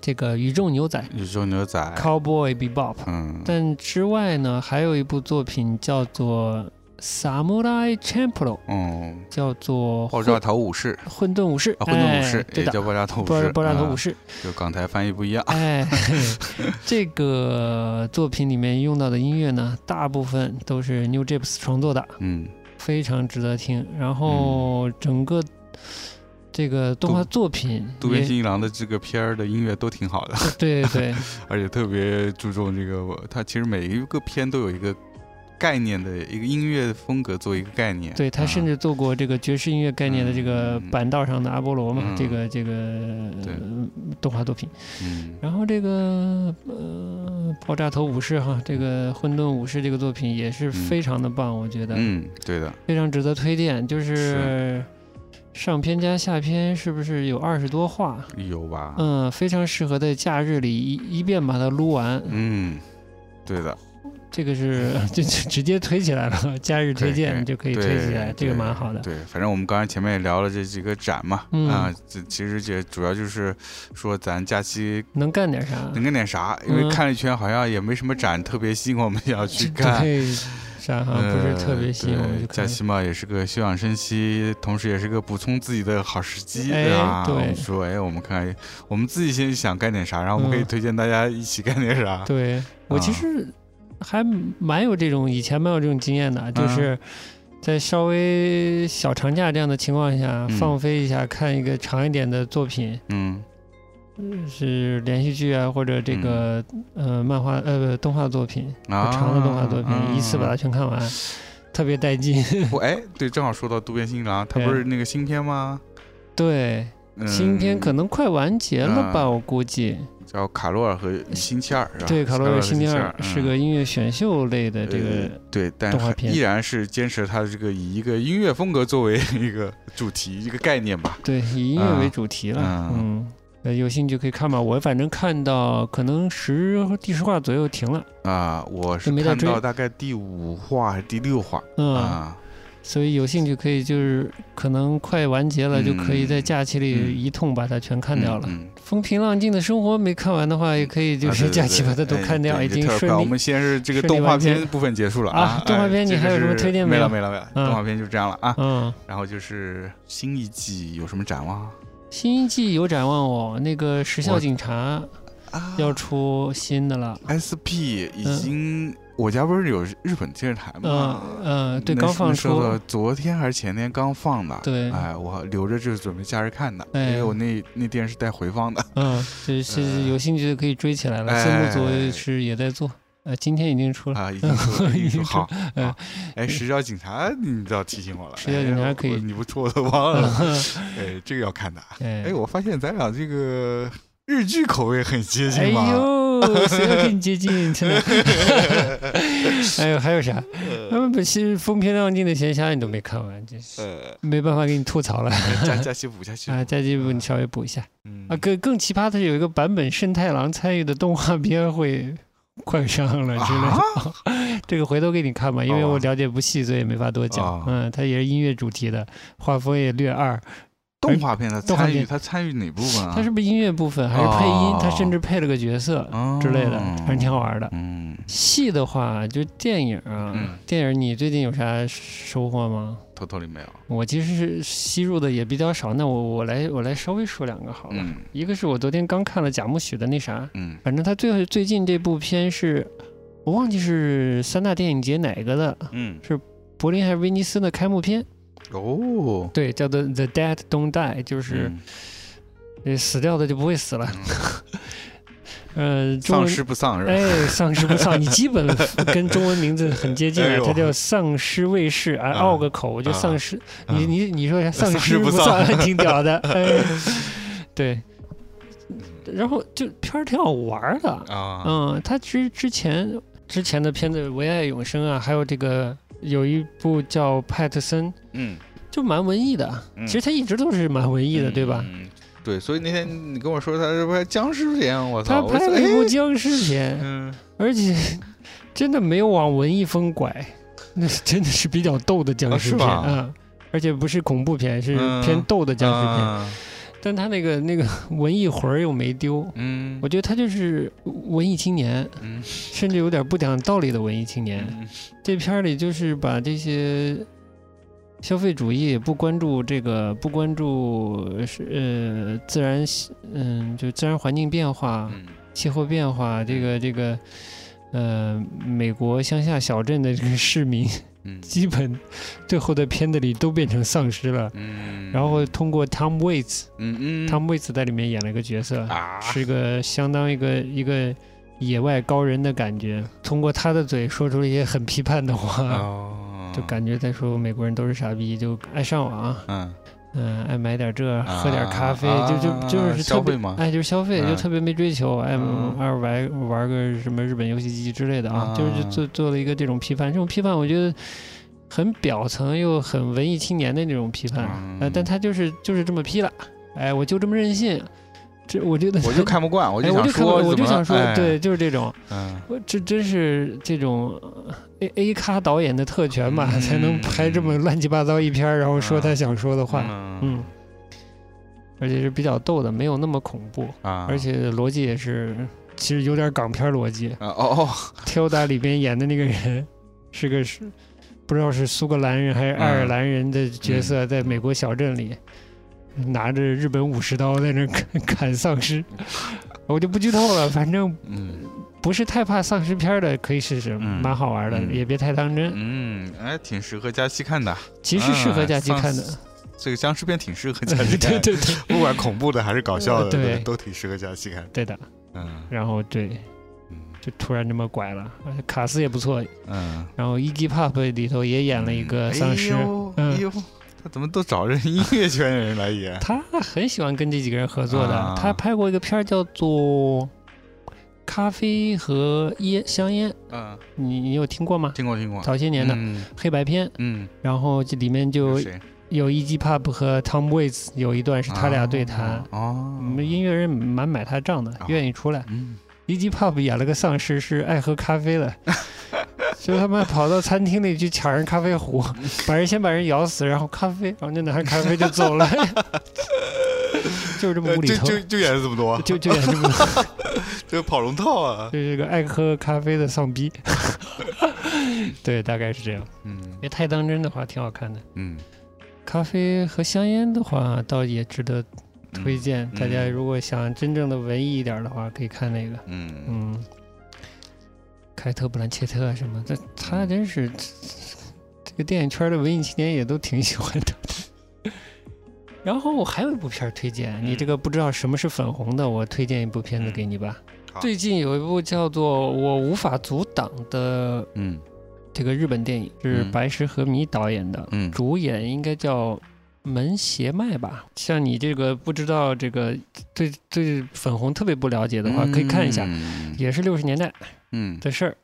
C: 这个《宇宙牛仔》
B: 宇宙牛仔，
C: （Cowboy Bebop）。
B: 哎嗯，
C: 但之外呢，还有一部作品叫做《Samurai Champloo》，
B: 哦，
C: 叫做
B: 爆
C: 混
B: 炸头武士，
C: 混沌武士，
B: 啊，混沌武士、
C: 哎
B: 也
C: 对
B: 叫
C: 的，
B: 爆炸头武
C: 爆
B: 士，啊
C: 爆炸头武
B: 士、
C: 士，
B: *laughs* 就港台翻译不一样。
C: 哎， *laughs* 这个作品里面用到的音乐呢，大部分都是 New Japs 创作的，
B: 嗯，
C: 非常值得听。然后整个这个动画作品
B: 渡边
C: 也，
B: 信一郎的这个片儿的音乐都挺好的，
C: *laughs*
B: *laughs*
C: 对对，
B: 而且特别注重这个，他其实每一个片都有一个概念的一个音乐风格做一个概念。 *laughs*
C: 对他甚
B: 啊、
C: 至做过这个爵士音乐概念的这个
B: 嗯
C: 板道上的阿波罗嘛，
B: 嗯
C: 这个这个、
B: 对
C: 呃动画作品。
B: 嗯
C: 然后这个呃爆炸头武士哈，这个混沌武士这个作品也是非常的棒，我觉得、
B: 嗯，对的，
C: 非常值得推荐。就是
B: 是
C: 上篇加下篇是不是有二十多话？
B: 有吧？
C: 嗯，非常适合在假日里一一遍把它撸完。
B: 嗯，对的，
C: 这个是 *laughs* 就就直接推起来了，假日推
B: 可以可以
C: 荐就可以推起来，这个蛮好的。
B: 对，反正我们刚才前面也聊了这几个展嘛，
C: 嗯
B: 啊，这其实也主要就是说咱假期
C: 能干点啥？
B: 能干点啥，因为
C: 嗯
B: 看了一圈好像也没什么展特别吸引我们要去看。
C: 对，啥哈不是特别吸引我
B: 呃
C: 们去
B: 对假
C: 看。
B: 期嘛，也是个休养生息，同时也是个补充自己的好时机，
C: 哎
B: 吧？
C: 对
B: 我们说，哎，我们看看，我们自己先想干点啥，然后我们可以
C: 嗯
B: 推荐大家一起干点啥。
C: 对我其
B: 啊
C: 实还蛮有这种以前蛮有这种经验
B: 嗯
C: 的，就是在稍微小长假这样的情况下，
B: 嗯
C: 放飞一下，看一个长一点的作品，
B: 嗯
C: 是连续剧啊，或者这个呃漫画呃不动画作品，
B: 嗯啊，
C: 长的动画作品，一次把
B: 嗯
C: 它全看完，特别带劲。 *laughs*
B: 我哎，对，正好说到渡边信一郎，他
C: 对
B: 不是那个新片吗？
C: 对，
B: 嗯、
C: 新片可能快完结了吧，
B: 啊
C: 我估计。
B: 叫卡洛尔和星期二，是吧？
C: 对，卡罗
B: 尔
C: 尔
B: 和
C: 星期二
B: 嗯
C: 是个音乐选秀类的这
B: 呃
C: 个，
B: 对，但
C: 动画片
B: 依然是坚持他的这个以一个音乐风格作为一个主题一个概念吧。
C: 对，以音乐为主题了，
B: 啊
C: 嗯。呃，有兴趣可以看吧。我反正看到可能十第十话左右停了，
B: 啊，我是
C: 没在
B: 看
C: 追
B: 到大概第五话还是第六话
C: 嗯，
B: 啊，
C: 所以有兴趣可以就是可能快完结了，
B: 嗯
C: 就可以在假期
B: 嗯
C: 里一通把它全看掉了。
B: 嗯嗯
C: 风平浪静的生活没看完的话，也可以就
B: 啊
C: 是
B: 对对
C: 假期
B: 对
C: 把它都
B: 哎
C: 看掉，
B: 对
C: 已
B: 这
C: 经
B: 特
C: 顺
B: 快我
C: 利。
B: 们先是这个
C: 顺利
B: 动画
C: 完结
B: 片部分结束了
C: 啊动画
B: 哎
C: 片你
B: 这个
C: 还有什么
B: 是
C: 推荐
B: 没
C: 没
B: 了
C: 有
B: 没了没了，
C: 嗯
B: 动画片就这样了啊。
C: 嗯，
B: 然后就是新一季有什么展望
C: 新一季有展望哦，那个时效
B: 我
C: 警察
B: 啊？
C: 要出新的了。
B: SP 已经，我家不是有日本电视台
C: 嗯
B: 吗？
C: 嗯，对，
B: 那
C: 刚
B: 是
C: 放
B: 那时候
C: 出，
B: 昨天还是前天刚放的。
C: 对
B: 哎，我留着就是准备假日看的，
C: 哎
B: 因为我那那电视带回放的。
C: 嗯，就是有兴趣的可以追起来了。字幕
B: 哎
C: 组是也在做，呃，今天已经出了。
B: 啊，已经出了，已经出好。
C: 嗯
B: 好哎，十角警察，你倒提醒我了。
C: 十角警察
B: 哎
C: 可以嗯
B: 我你不说我都忘了。哎，这个要看的。
C: *laughs* 哎
B: 哎，我发现咱俩这个日剧口味很接
C: 哎
B: 近吧？
C: 呦，哦，谁要跟你接近？真的。还有还有啥？他们不是风平浪静的闲暇，你都没看完，真是
B: 呃，
C: 没办法给你吐槽了
B: 哎加加西补加西补，
C: 啊！再这部你稍微补一下
B: 嗯
C: 啊。更更奇葩的是，有一个版本慎太郎参与的动画片会快上了之类的。 *laughs* 这个回头给你看吧，因为
B: 啊哦
C: 我了解不细，所以没法多讲。
B: 哦
C: 嗯，它也是音乐主题的，画风也略二。
B: 动画片他
C: 动画
B: 参与
C: 片
B: 他参与哪部分啊？
C: 它是不是音乐部分还是配音
B: 哦？
C: 它甚至配了个角色
B: 哦
C: 之类的，反正挺好玩的。
B: 嗯，
C: 戏的话，就电影
B: 嗯
C: 啊，电影你最近有啥收获吗？
B: 偷偷里没有，
C: 我其实是吸入的也比较少，那我我来我来稍微说两个好了。
B: 嗯
C: 一个是我昨天刚看了贾木许的那啥，
B: 嗯
C: 反正他最后最近这部片是，我忘记是三大电影节哪个的，
B: 嗯，
C: 柏林还是威尼斯的开幕片，
B: 哦，
C: 对，叫做《The Dead Don't Die》，就是、
B: 嗯
C: 呃死掉的就不会死了。呃，中
B: *laughs* 丧
C: 文
B: 尸不丧是吧？
C: 嗯哎，丧尸不丧，你基
B: *laughs*
C: 本跟中文名字很接近
B: 哎
C: 了，
B: 呦
C: 它叫丧尸卫视，啊，
B: 啊
C: 拗个口就丧尸，
B: 啊
C: 你你你说一下
B: 丧
C: 丧
B: 尸
C: 尸
B: 不
C: 不
B: 丧
C: 丧， *laughs* 挺屌的，哎，
B: *laughs*
C: 对，然后就片儿挺好玩儿的，
B: 啊，
C: 嗯，他之之前之前的片子《唯爱永生》啊，还有这个有一部叫《派特森》，
B: 嗯，
C: 就蛮文艺的，啊
B: 嗯
C: 其实他一直都是蛮文艺的，对吧？
B: 嗯？对，所以那天你跟我说他是拍僵尸片，我
C: 他
B: 操，我
C: 拍
B: 说
C: 了一
B: 哎
C: 部僵尸片，
B: 嗯，
C: 而且 *laughs* 真的没有往文艺风拐， *laughs* 那是真的是比较逗的僵尸片
B: 啊
C: 啊、
B: 是吧
C: 嗯而且不是恐怖片，是
B: 嗯
C: 偏逗的僵尸片。
B: 啊
C: 但他那个那个文艺魂儿又没丢，
B: 嗯
C: 我觉得他就是文艺青年，
B: 嗯
C: 甚至有点不讲道理的文艺青年。
B: 嗯
C: 这片儿里就是把这些消费主义不关注这个，不关注呃是呃自然系，嗯，就自然环境变化，
B: 嗯
C: 气候变化，这个这个，呃，美国乡下小镇的这个市民， *laughs*
B: 嗯
C: 基本最后的片子里都变成丧尸了。
B: 嗯，
C: 然后通过 Tom Waits，Tom
B: 嗯嗯
C: Waits 在里面演了一个角色，
B: 啊
C: 是个相当一个一个野外高人的感觉，通过他的嘴说出了一些很批判的话，
B: 哦，
C: 就感觉在说美国人都是傻逼，就爱上网，
B: 嗯
C: *laughs* 嗯，爱买点这，
B: 啊
C: 喝点咖啡，
B: 啊
C: 就就就是
B: 消
C: 特
B: 费
C: 别
B: 嘛
C: 哎，就是消费，
B: 嗯
C: 就特别没追求，爱
B: 嗯
C: 爱玩玩个什么日本游戏机之类的
B: 啊，
C: 啊就是就做做了一个这种批判，这种批判我觉得很表层又很文艺青年的那种批判，
B: 嗯
C: 呃，但他就是就是这么批了，哎，我就这么任性，这我觉得
B: 我就
C: *laughs*
B: 看不惯，我
C: 哎，
B: 就想
C: 就看
B: 说，
C: 我
B: 怎
C: 就
B: 么
C: 想
B: 了
C: 说，
B: 哎
C: 对，就是这种，
B: 嗯，
C: 我这真是这种呃 A A 咖导演的特权吧，
B: 嗯
C: 才能拍这么乱七八糟一篇儿，然后说他想说的话，
B: 嗯
C: 嗯，而且是比较逗的，没有那么恐怖，
B: 啊，
C: 而且逻辑也是，其实有点港片逻辑。
B: 啊哦哦，
C: Tilda 里边演的那个人是个是不知道是苏格兰人还是爱
B: 嗯
C: 尔兰人的角色，在美国小镇里拿着日本武士刀在那儿砍砍丧尸， *laughs* 我就不剧透了，反正
B: 嗯
C: 不是太怕丧尸片儿的可以试试，
B: 嗯
C: 蛮好玩的，
B: 嗯
C: 也别太当真，
B: 嗯，哎，挺适合佳期看的，
C: 其实适合假期
B: 啊
C: 看的。
B: 这个僵尸片挺适
C: *laughs*
B: 合佳期
C: 对对
B: 看，
C: 对
B: 不管恐怖的还是搞笑的，
C: 呃对
B: 都挺适合佳期看。
C: 对的，
B: 嗯
C: 然后对，
B: 嗯
C: 就突然这么拐了，而且卡斯也不错，
B: 嗯，
C: 然后 Iggy Pop 里头也演了一个丧尸
B: 哎。呦
C: 嗯
B: 哎呦，他怎么都找人音乐圈的人来
C: *laughs*
B: 演？
C: 他很喜欢跟这几个人合作的。
B: 啊
C: 他拍过一个片儿叫做《咖啡和烟香烟》，
B: 嗯，
C: 你你有听过吗？
B: 听过听过，
C: 早些年的、
B: 嗯
C: 黑白片，
B: 嗯，
C: 然后这里面
B: 有
C: 就
B: 谁？
C: 有 E.G. Pop 和 Tom Waits 有一段是他俩对谈。嗯
B: 哦，
C: 我们音乐人蛮买他账的，愿意出来。
B: 嗯
C: E.G. Pop 演了个丧尸，是爱喝咖啡
B: *laughs*
C: 的，就他妈跑到餐厅里去抢人咖
B: *laughs*
C: 啡壶，把人先把人咬死，然后咖啡，然后就拿着咖啡就
B: *laughs*
C: 走了，就是这么
B: 呃
C: 无厘
B: 就
C: 头。
B: 就就演了这么多，
C: *laughs* 就就演这么，，
B: 这个跑龙套啊
C: 就是个爱喝咖啡的丧逼。 *laughs* 对，大概是这样。
B: 嗯
C: 别太当真的话，挺好看的。
B: 嗯，
C: 咖啡和香烟的话，倒也值得
B: 嗯
C: 推，荐。大家
B: 嗯
C: 如果想真正的文艺一点的话，可以看那个，
B: 嗯
C: 嗯，凯特·布兰切特啊什么的，他真是
B: 嗯
C: 这个电影圈的文艺青年也都挺喜欢他的。 *laughs* 然后我还有一部片儿推荐，
B: 嗯
C: 你这个不知道什么是粉红的，我推荐一部片子给你吧。
B: 嗯好
C: 最近有一部叫做《我无法阻挡》的
B: 嗯
C: 这个日本电影，是
B: 嗯
C: 白石和弥导演的，
B: 嗯
C: 主演应该叫门邪脉吧。像你这个不知道这个对对粉红特别不了解的话，可以看一下，
B: 嗯
C: 也是六十年代
B: 嗯
C: 的事儿。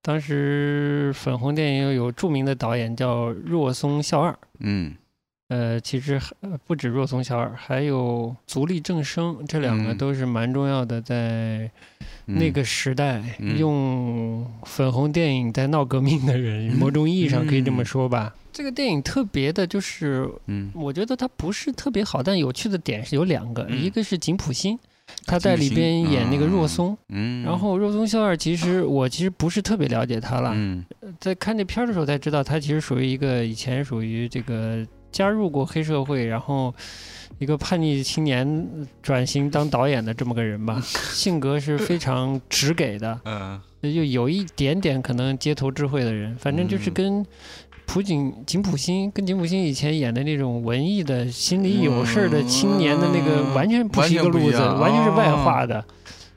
C: 当时粉红电影有著名的导演叫若松孝二，
B: 嗯
C: 呃，其实还呃不止若松小二，还有足利正生，这两个
B: 嗯
C: 都是蛮重要的，在
B: 嗯
C: 那个时代、
B: 嗯
C: 用粉红电影在闹革命的人，
B: 嗯
C: 某种意义上可以这
B: 嗯
C: 么说吧。这个电影特别的，就是
B: 嗯
C: 我觉得它不是特别好，但有趣的点是有两个，
B: 嗯
C: 一个是井浦新，他
B: 啊
C: 在
B: 井
C: 里
B: 浦新
C: 边演那个若
B: 嗯
C: 松，
B: 嗯，
C: 然后若松孝二其实我其实不是特别了解他了，
B: 嗯
C: 在看这片儿的时候才知道，他其实属于一个以前属于这个加入过黑社会，然后一个叛逆青年转型当导演的这么个人
B: *laughs*
C: 吧，性格是非常直给的，
B: 呃
C: 就有一点点可能街头智慧的人，反正就是
B: 嗯
C: 跟。朴槿井浦新跟井浦新以前演的那种文艺的、心里有事儿的青年的那个，
B: 嗯
C: 完全不是一个路
B: 完全不一
C: 子，
B: 样
C: 完全是外
B: 哦
C: 化的，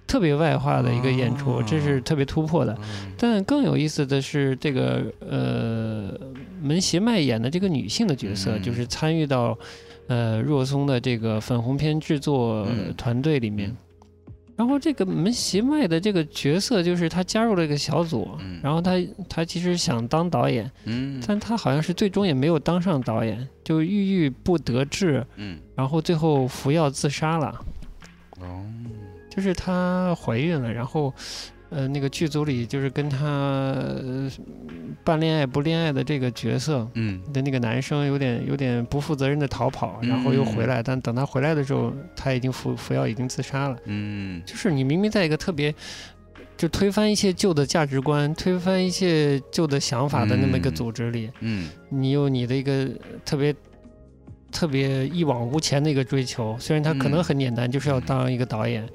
C: 特别外化的一个演出，
B: 哦
C: 这是特别突破的。但更有意思的是，这个呃，门胁麦演的这个女性的角色，
B: 嗯
C: 就是参与到呃若松的这个粉红片制作
B: 嗯
C: 团队里面。
B: 嗯
C: 然后这个门胁麦的这个角色，就是她加入了一个小组，
B: 嗯
C: 然后她她其实想当导演，
B: 嗯
C: 但她好像是最终也没有当上导演，就郁郁不得志，
B: 嗯
C: 然后最后服药自杀了。
B: 哦
C: 就是她怀孕了，然后，呃，那个剧组里就是跟她、呃半恋爱不恋爱的这个角色
B: 嗯
C: 的那个男生有点有点不负责任的逃跑，然后又回来，但等他回来的时候，他已经服服药已经自杀了。
B: 嗯
C: 就是你明明在一个特别。就推翻一些旧的价值观，推翻一些旧的想法的那么一个
B: 嗯
C: 组织里，
B: 嗯
C: 你有你的一个呃特别特别一往无前的一个追求，虽然他可能
B: 嗯
C: 很简单，就是要当一个导演。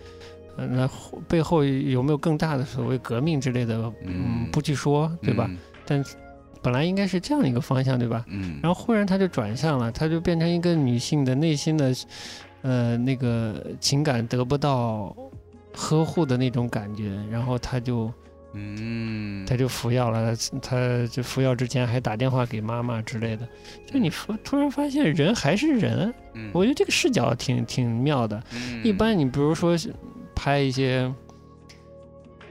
C: 呃那后背后有没有更大的所谓革命之类的？嗯，
B: 嗯
C: 不去说，对吧？？本来应该是这样一个方向，对吧？
B: 嗯，
C: 然后忽然他就转向了，他就变成一个女性的内心的，呃，那个情感得不到呵护的那种感觉，然后他就
B: 嗯
C: 他就服药了，他就服药之前还打电话给妈妈之类的。就你发突然发现人还是人，
B: 嗯
C: 我觉得这个视角挺挺妙的。一般你比如说是拍一些，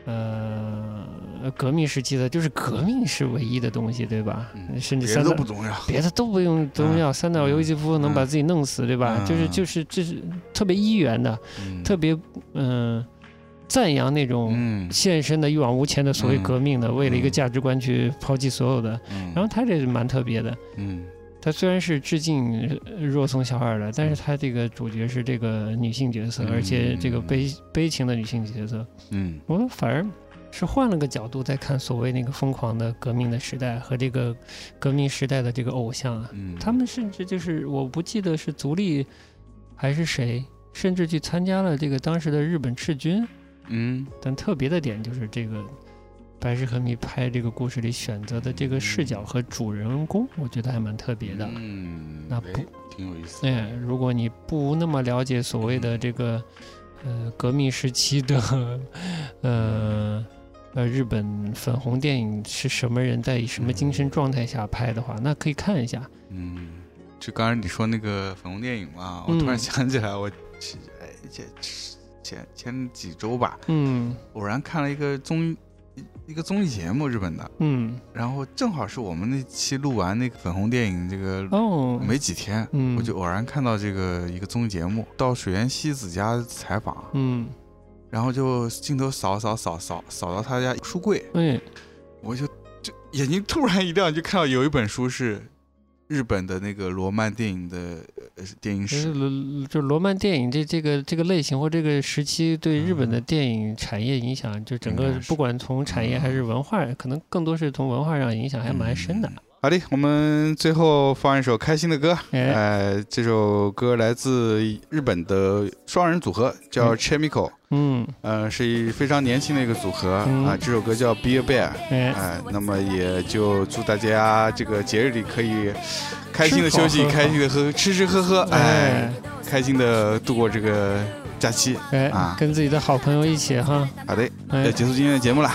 C: 呃，革命时期的，就是革命是唯一的东西，对吧？
B: 嗯
C: 甚至
B: 别
C: 三
B: 的都
C: 岛
B: 不重要，
C: 别的都不用都不
B: 嗯
C: 要，三岛由纪夫能把
B: 嗯
C: 自己弄死，对吧？就是
B: 嗯
C: 就是这是特别一元的，特别嗯、呃赞扬那种。
B: 嗯
C: 献身的一往无前的所谓
B: 嗯
C: 革命的，为了一个
B: 嗯
C: 价值观去抛弃所有的。
B: 嗯，
C: 然后他这是蛮特别的，
B: 嗯
C: 他虽然是致敬呃若松小二的，但是他这个主角是这个女性角色，
B: 嗯
C: 而且这个悲悲情的女性角色，
B: 嗯
C: 我们反而是换了个角度在看所谓那个疯狂的革命的时代和这个革命时代的这个偶像啊，
B: 嗯，
C: 他们甚至就是我不记得是足利还是谁，甚至去参加了这个当时的日本赤军，
B: 嗯
C: 但特别的点就是这个白石和弥拍这个故事里选择的这个视角和主人公，我觉得还蛮特别的。
B: 嗯，
C: 那不，
B: 挺有意思，
C: 哎，如果你不那么了解所谓
B: 嗯
C: 的这个呃革命时期的呃呃日本粉红电影是什么人在以什么精神状态下拍的话，那可以看一下。
B: 嗯，就刚才你说那个粉红电影嘛，我突然
C: 嗯
B: 想起来，我去哎前前前几周吧，
C: 嗯
B: 偶然看了一个综艺一一个综艺节目，日本的，
C: 嗯
B: 然后正好是我们那期录完那个粉红电影这个
C: 哦，
B: 没几天，
C: 嗯，
B: 我就偶然看到这个一个综艺节目，到水原希子家采访，
C: 嗯
B: 然后就镜头扫扫扫扫扫到他家书柜，
C: 哎
B: 我就就眼睛突然一亮，就看到有一本书是日本的那个罗曼电影的呃电影
C: 就是
B: 史，
C: 罗就罗曼电影这这个这个类型或这个时期对日本的
B: 嗯
C: 电影产业影响，就整
B: 应
C: 个
B: 该是
C: 不管从产业还是文化，可能更多是从文化上影响还蛮深的
B: 嗯。好的，我们最后放一首开心的歌，
C: 哎，
B: 呃，这首歌来自日本的双人组合，叫
C: 嗯
B: Chemical，
C: 嗯，
B: 呃，是一非常年轻的一个组合啊、
C: 嗯
B: 这首歌叫 Be a Bear。
C: *laughs* 哎，
B: 哎，那么也就祝大家这个节日里可以开心的休息，
C: 吃好喝好
B: 开心的喝，吃吃喝喝，哎
C: 哎，
B: 开心的度过这个假期。
C: 哎，
B: 啊
C: 跟自己的好朋友一起哈，
B: 好的，
C: 哎
B: 要，结束今天的节目了。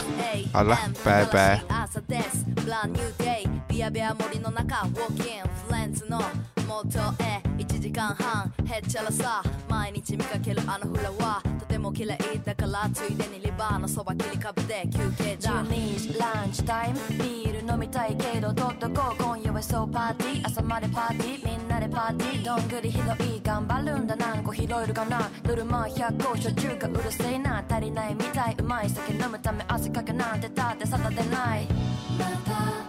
B: 好了拜拜
D: 朝ですブランニューデイビアビア森の中ウォーキンフレンズの元へ1時間半へっちゃらさ毎日見かけるあのフラワーとても綺麗だからついでにリバーのそば切り株で休憩だ
E: 12時ランチタイムビール飲みたいけど取っとこう今夜はそうパーティー朝までパーティーみんなでパーティーどんぐり拾い頑張るんだ何個拾えるかなぬるま100個焼酎がうるせえな足りないみたいうまい酒飲むため汗かけなんてたってサタでないまた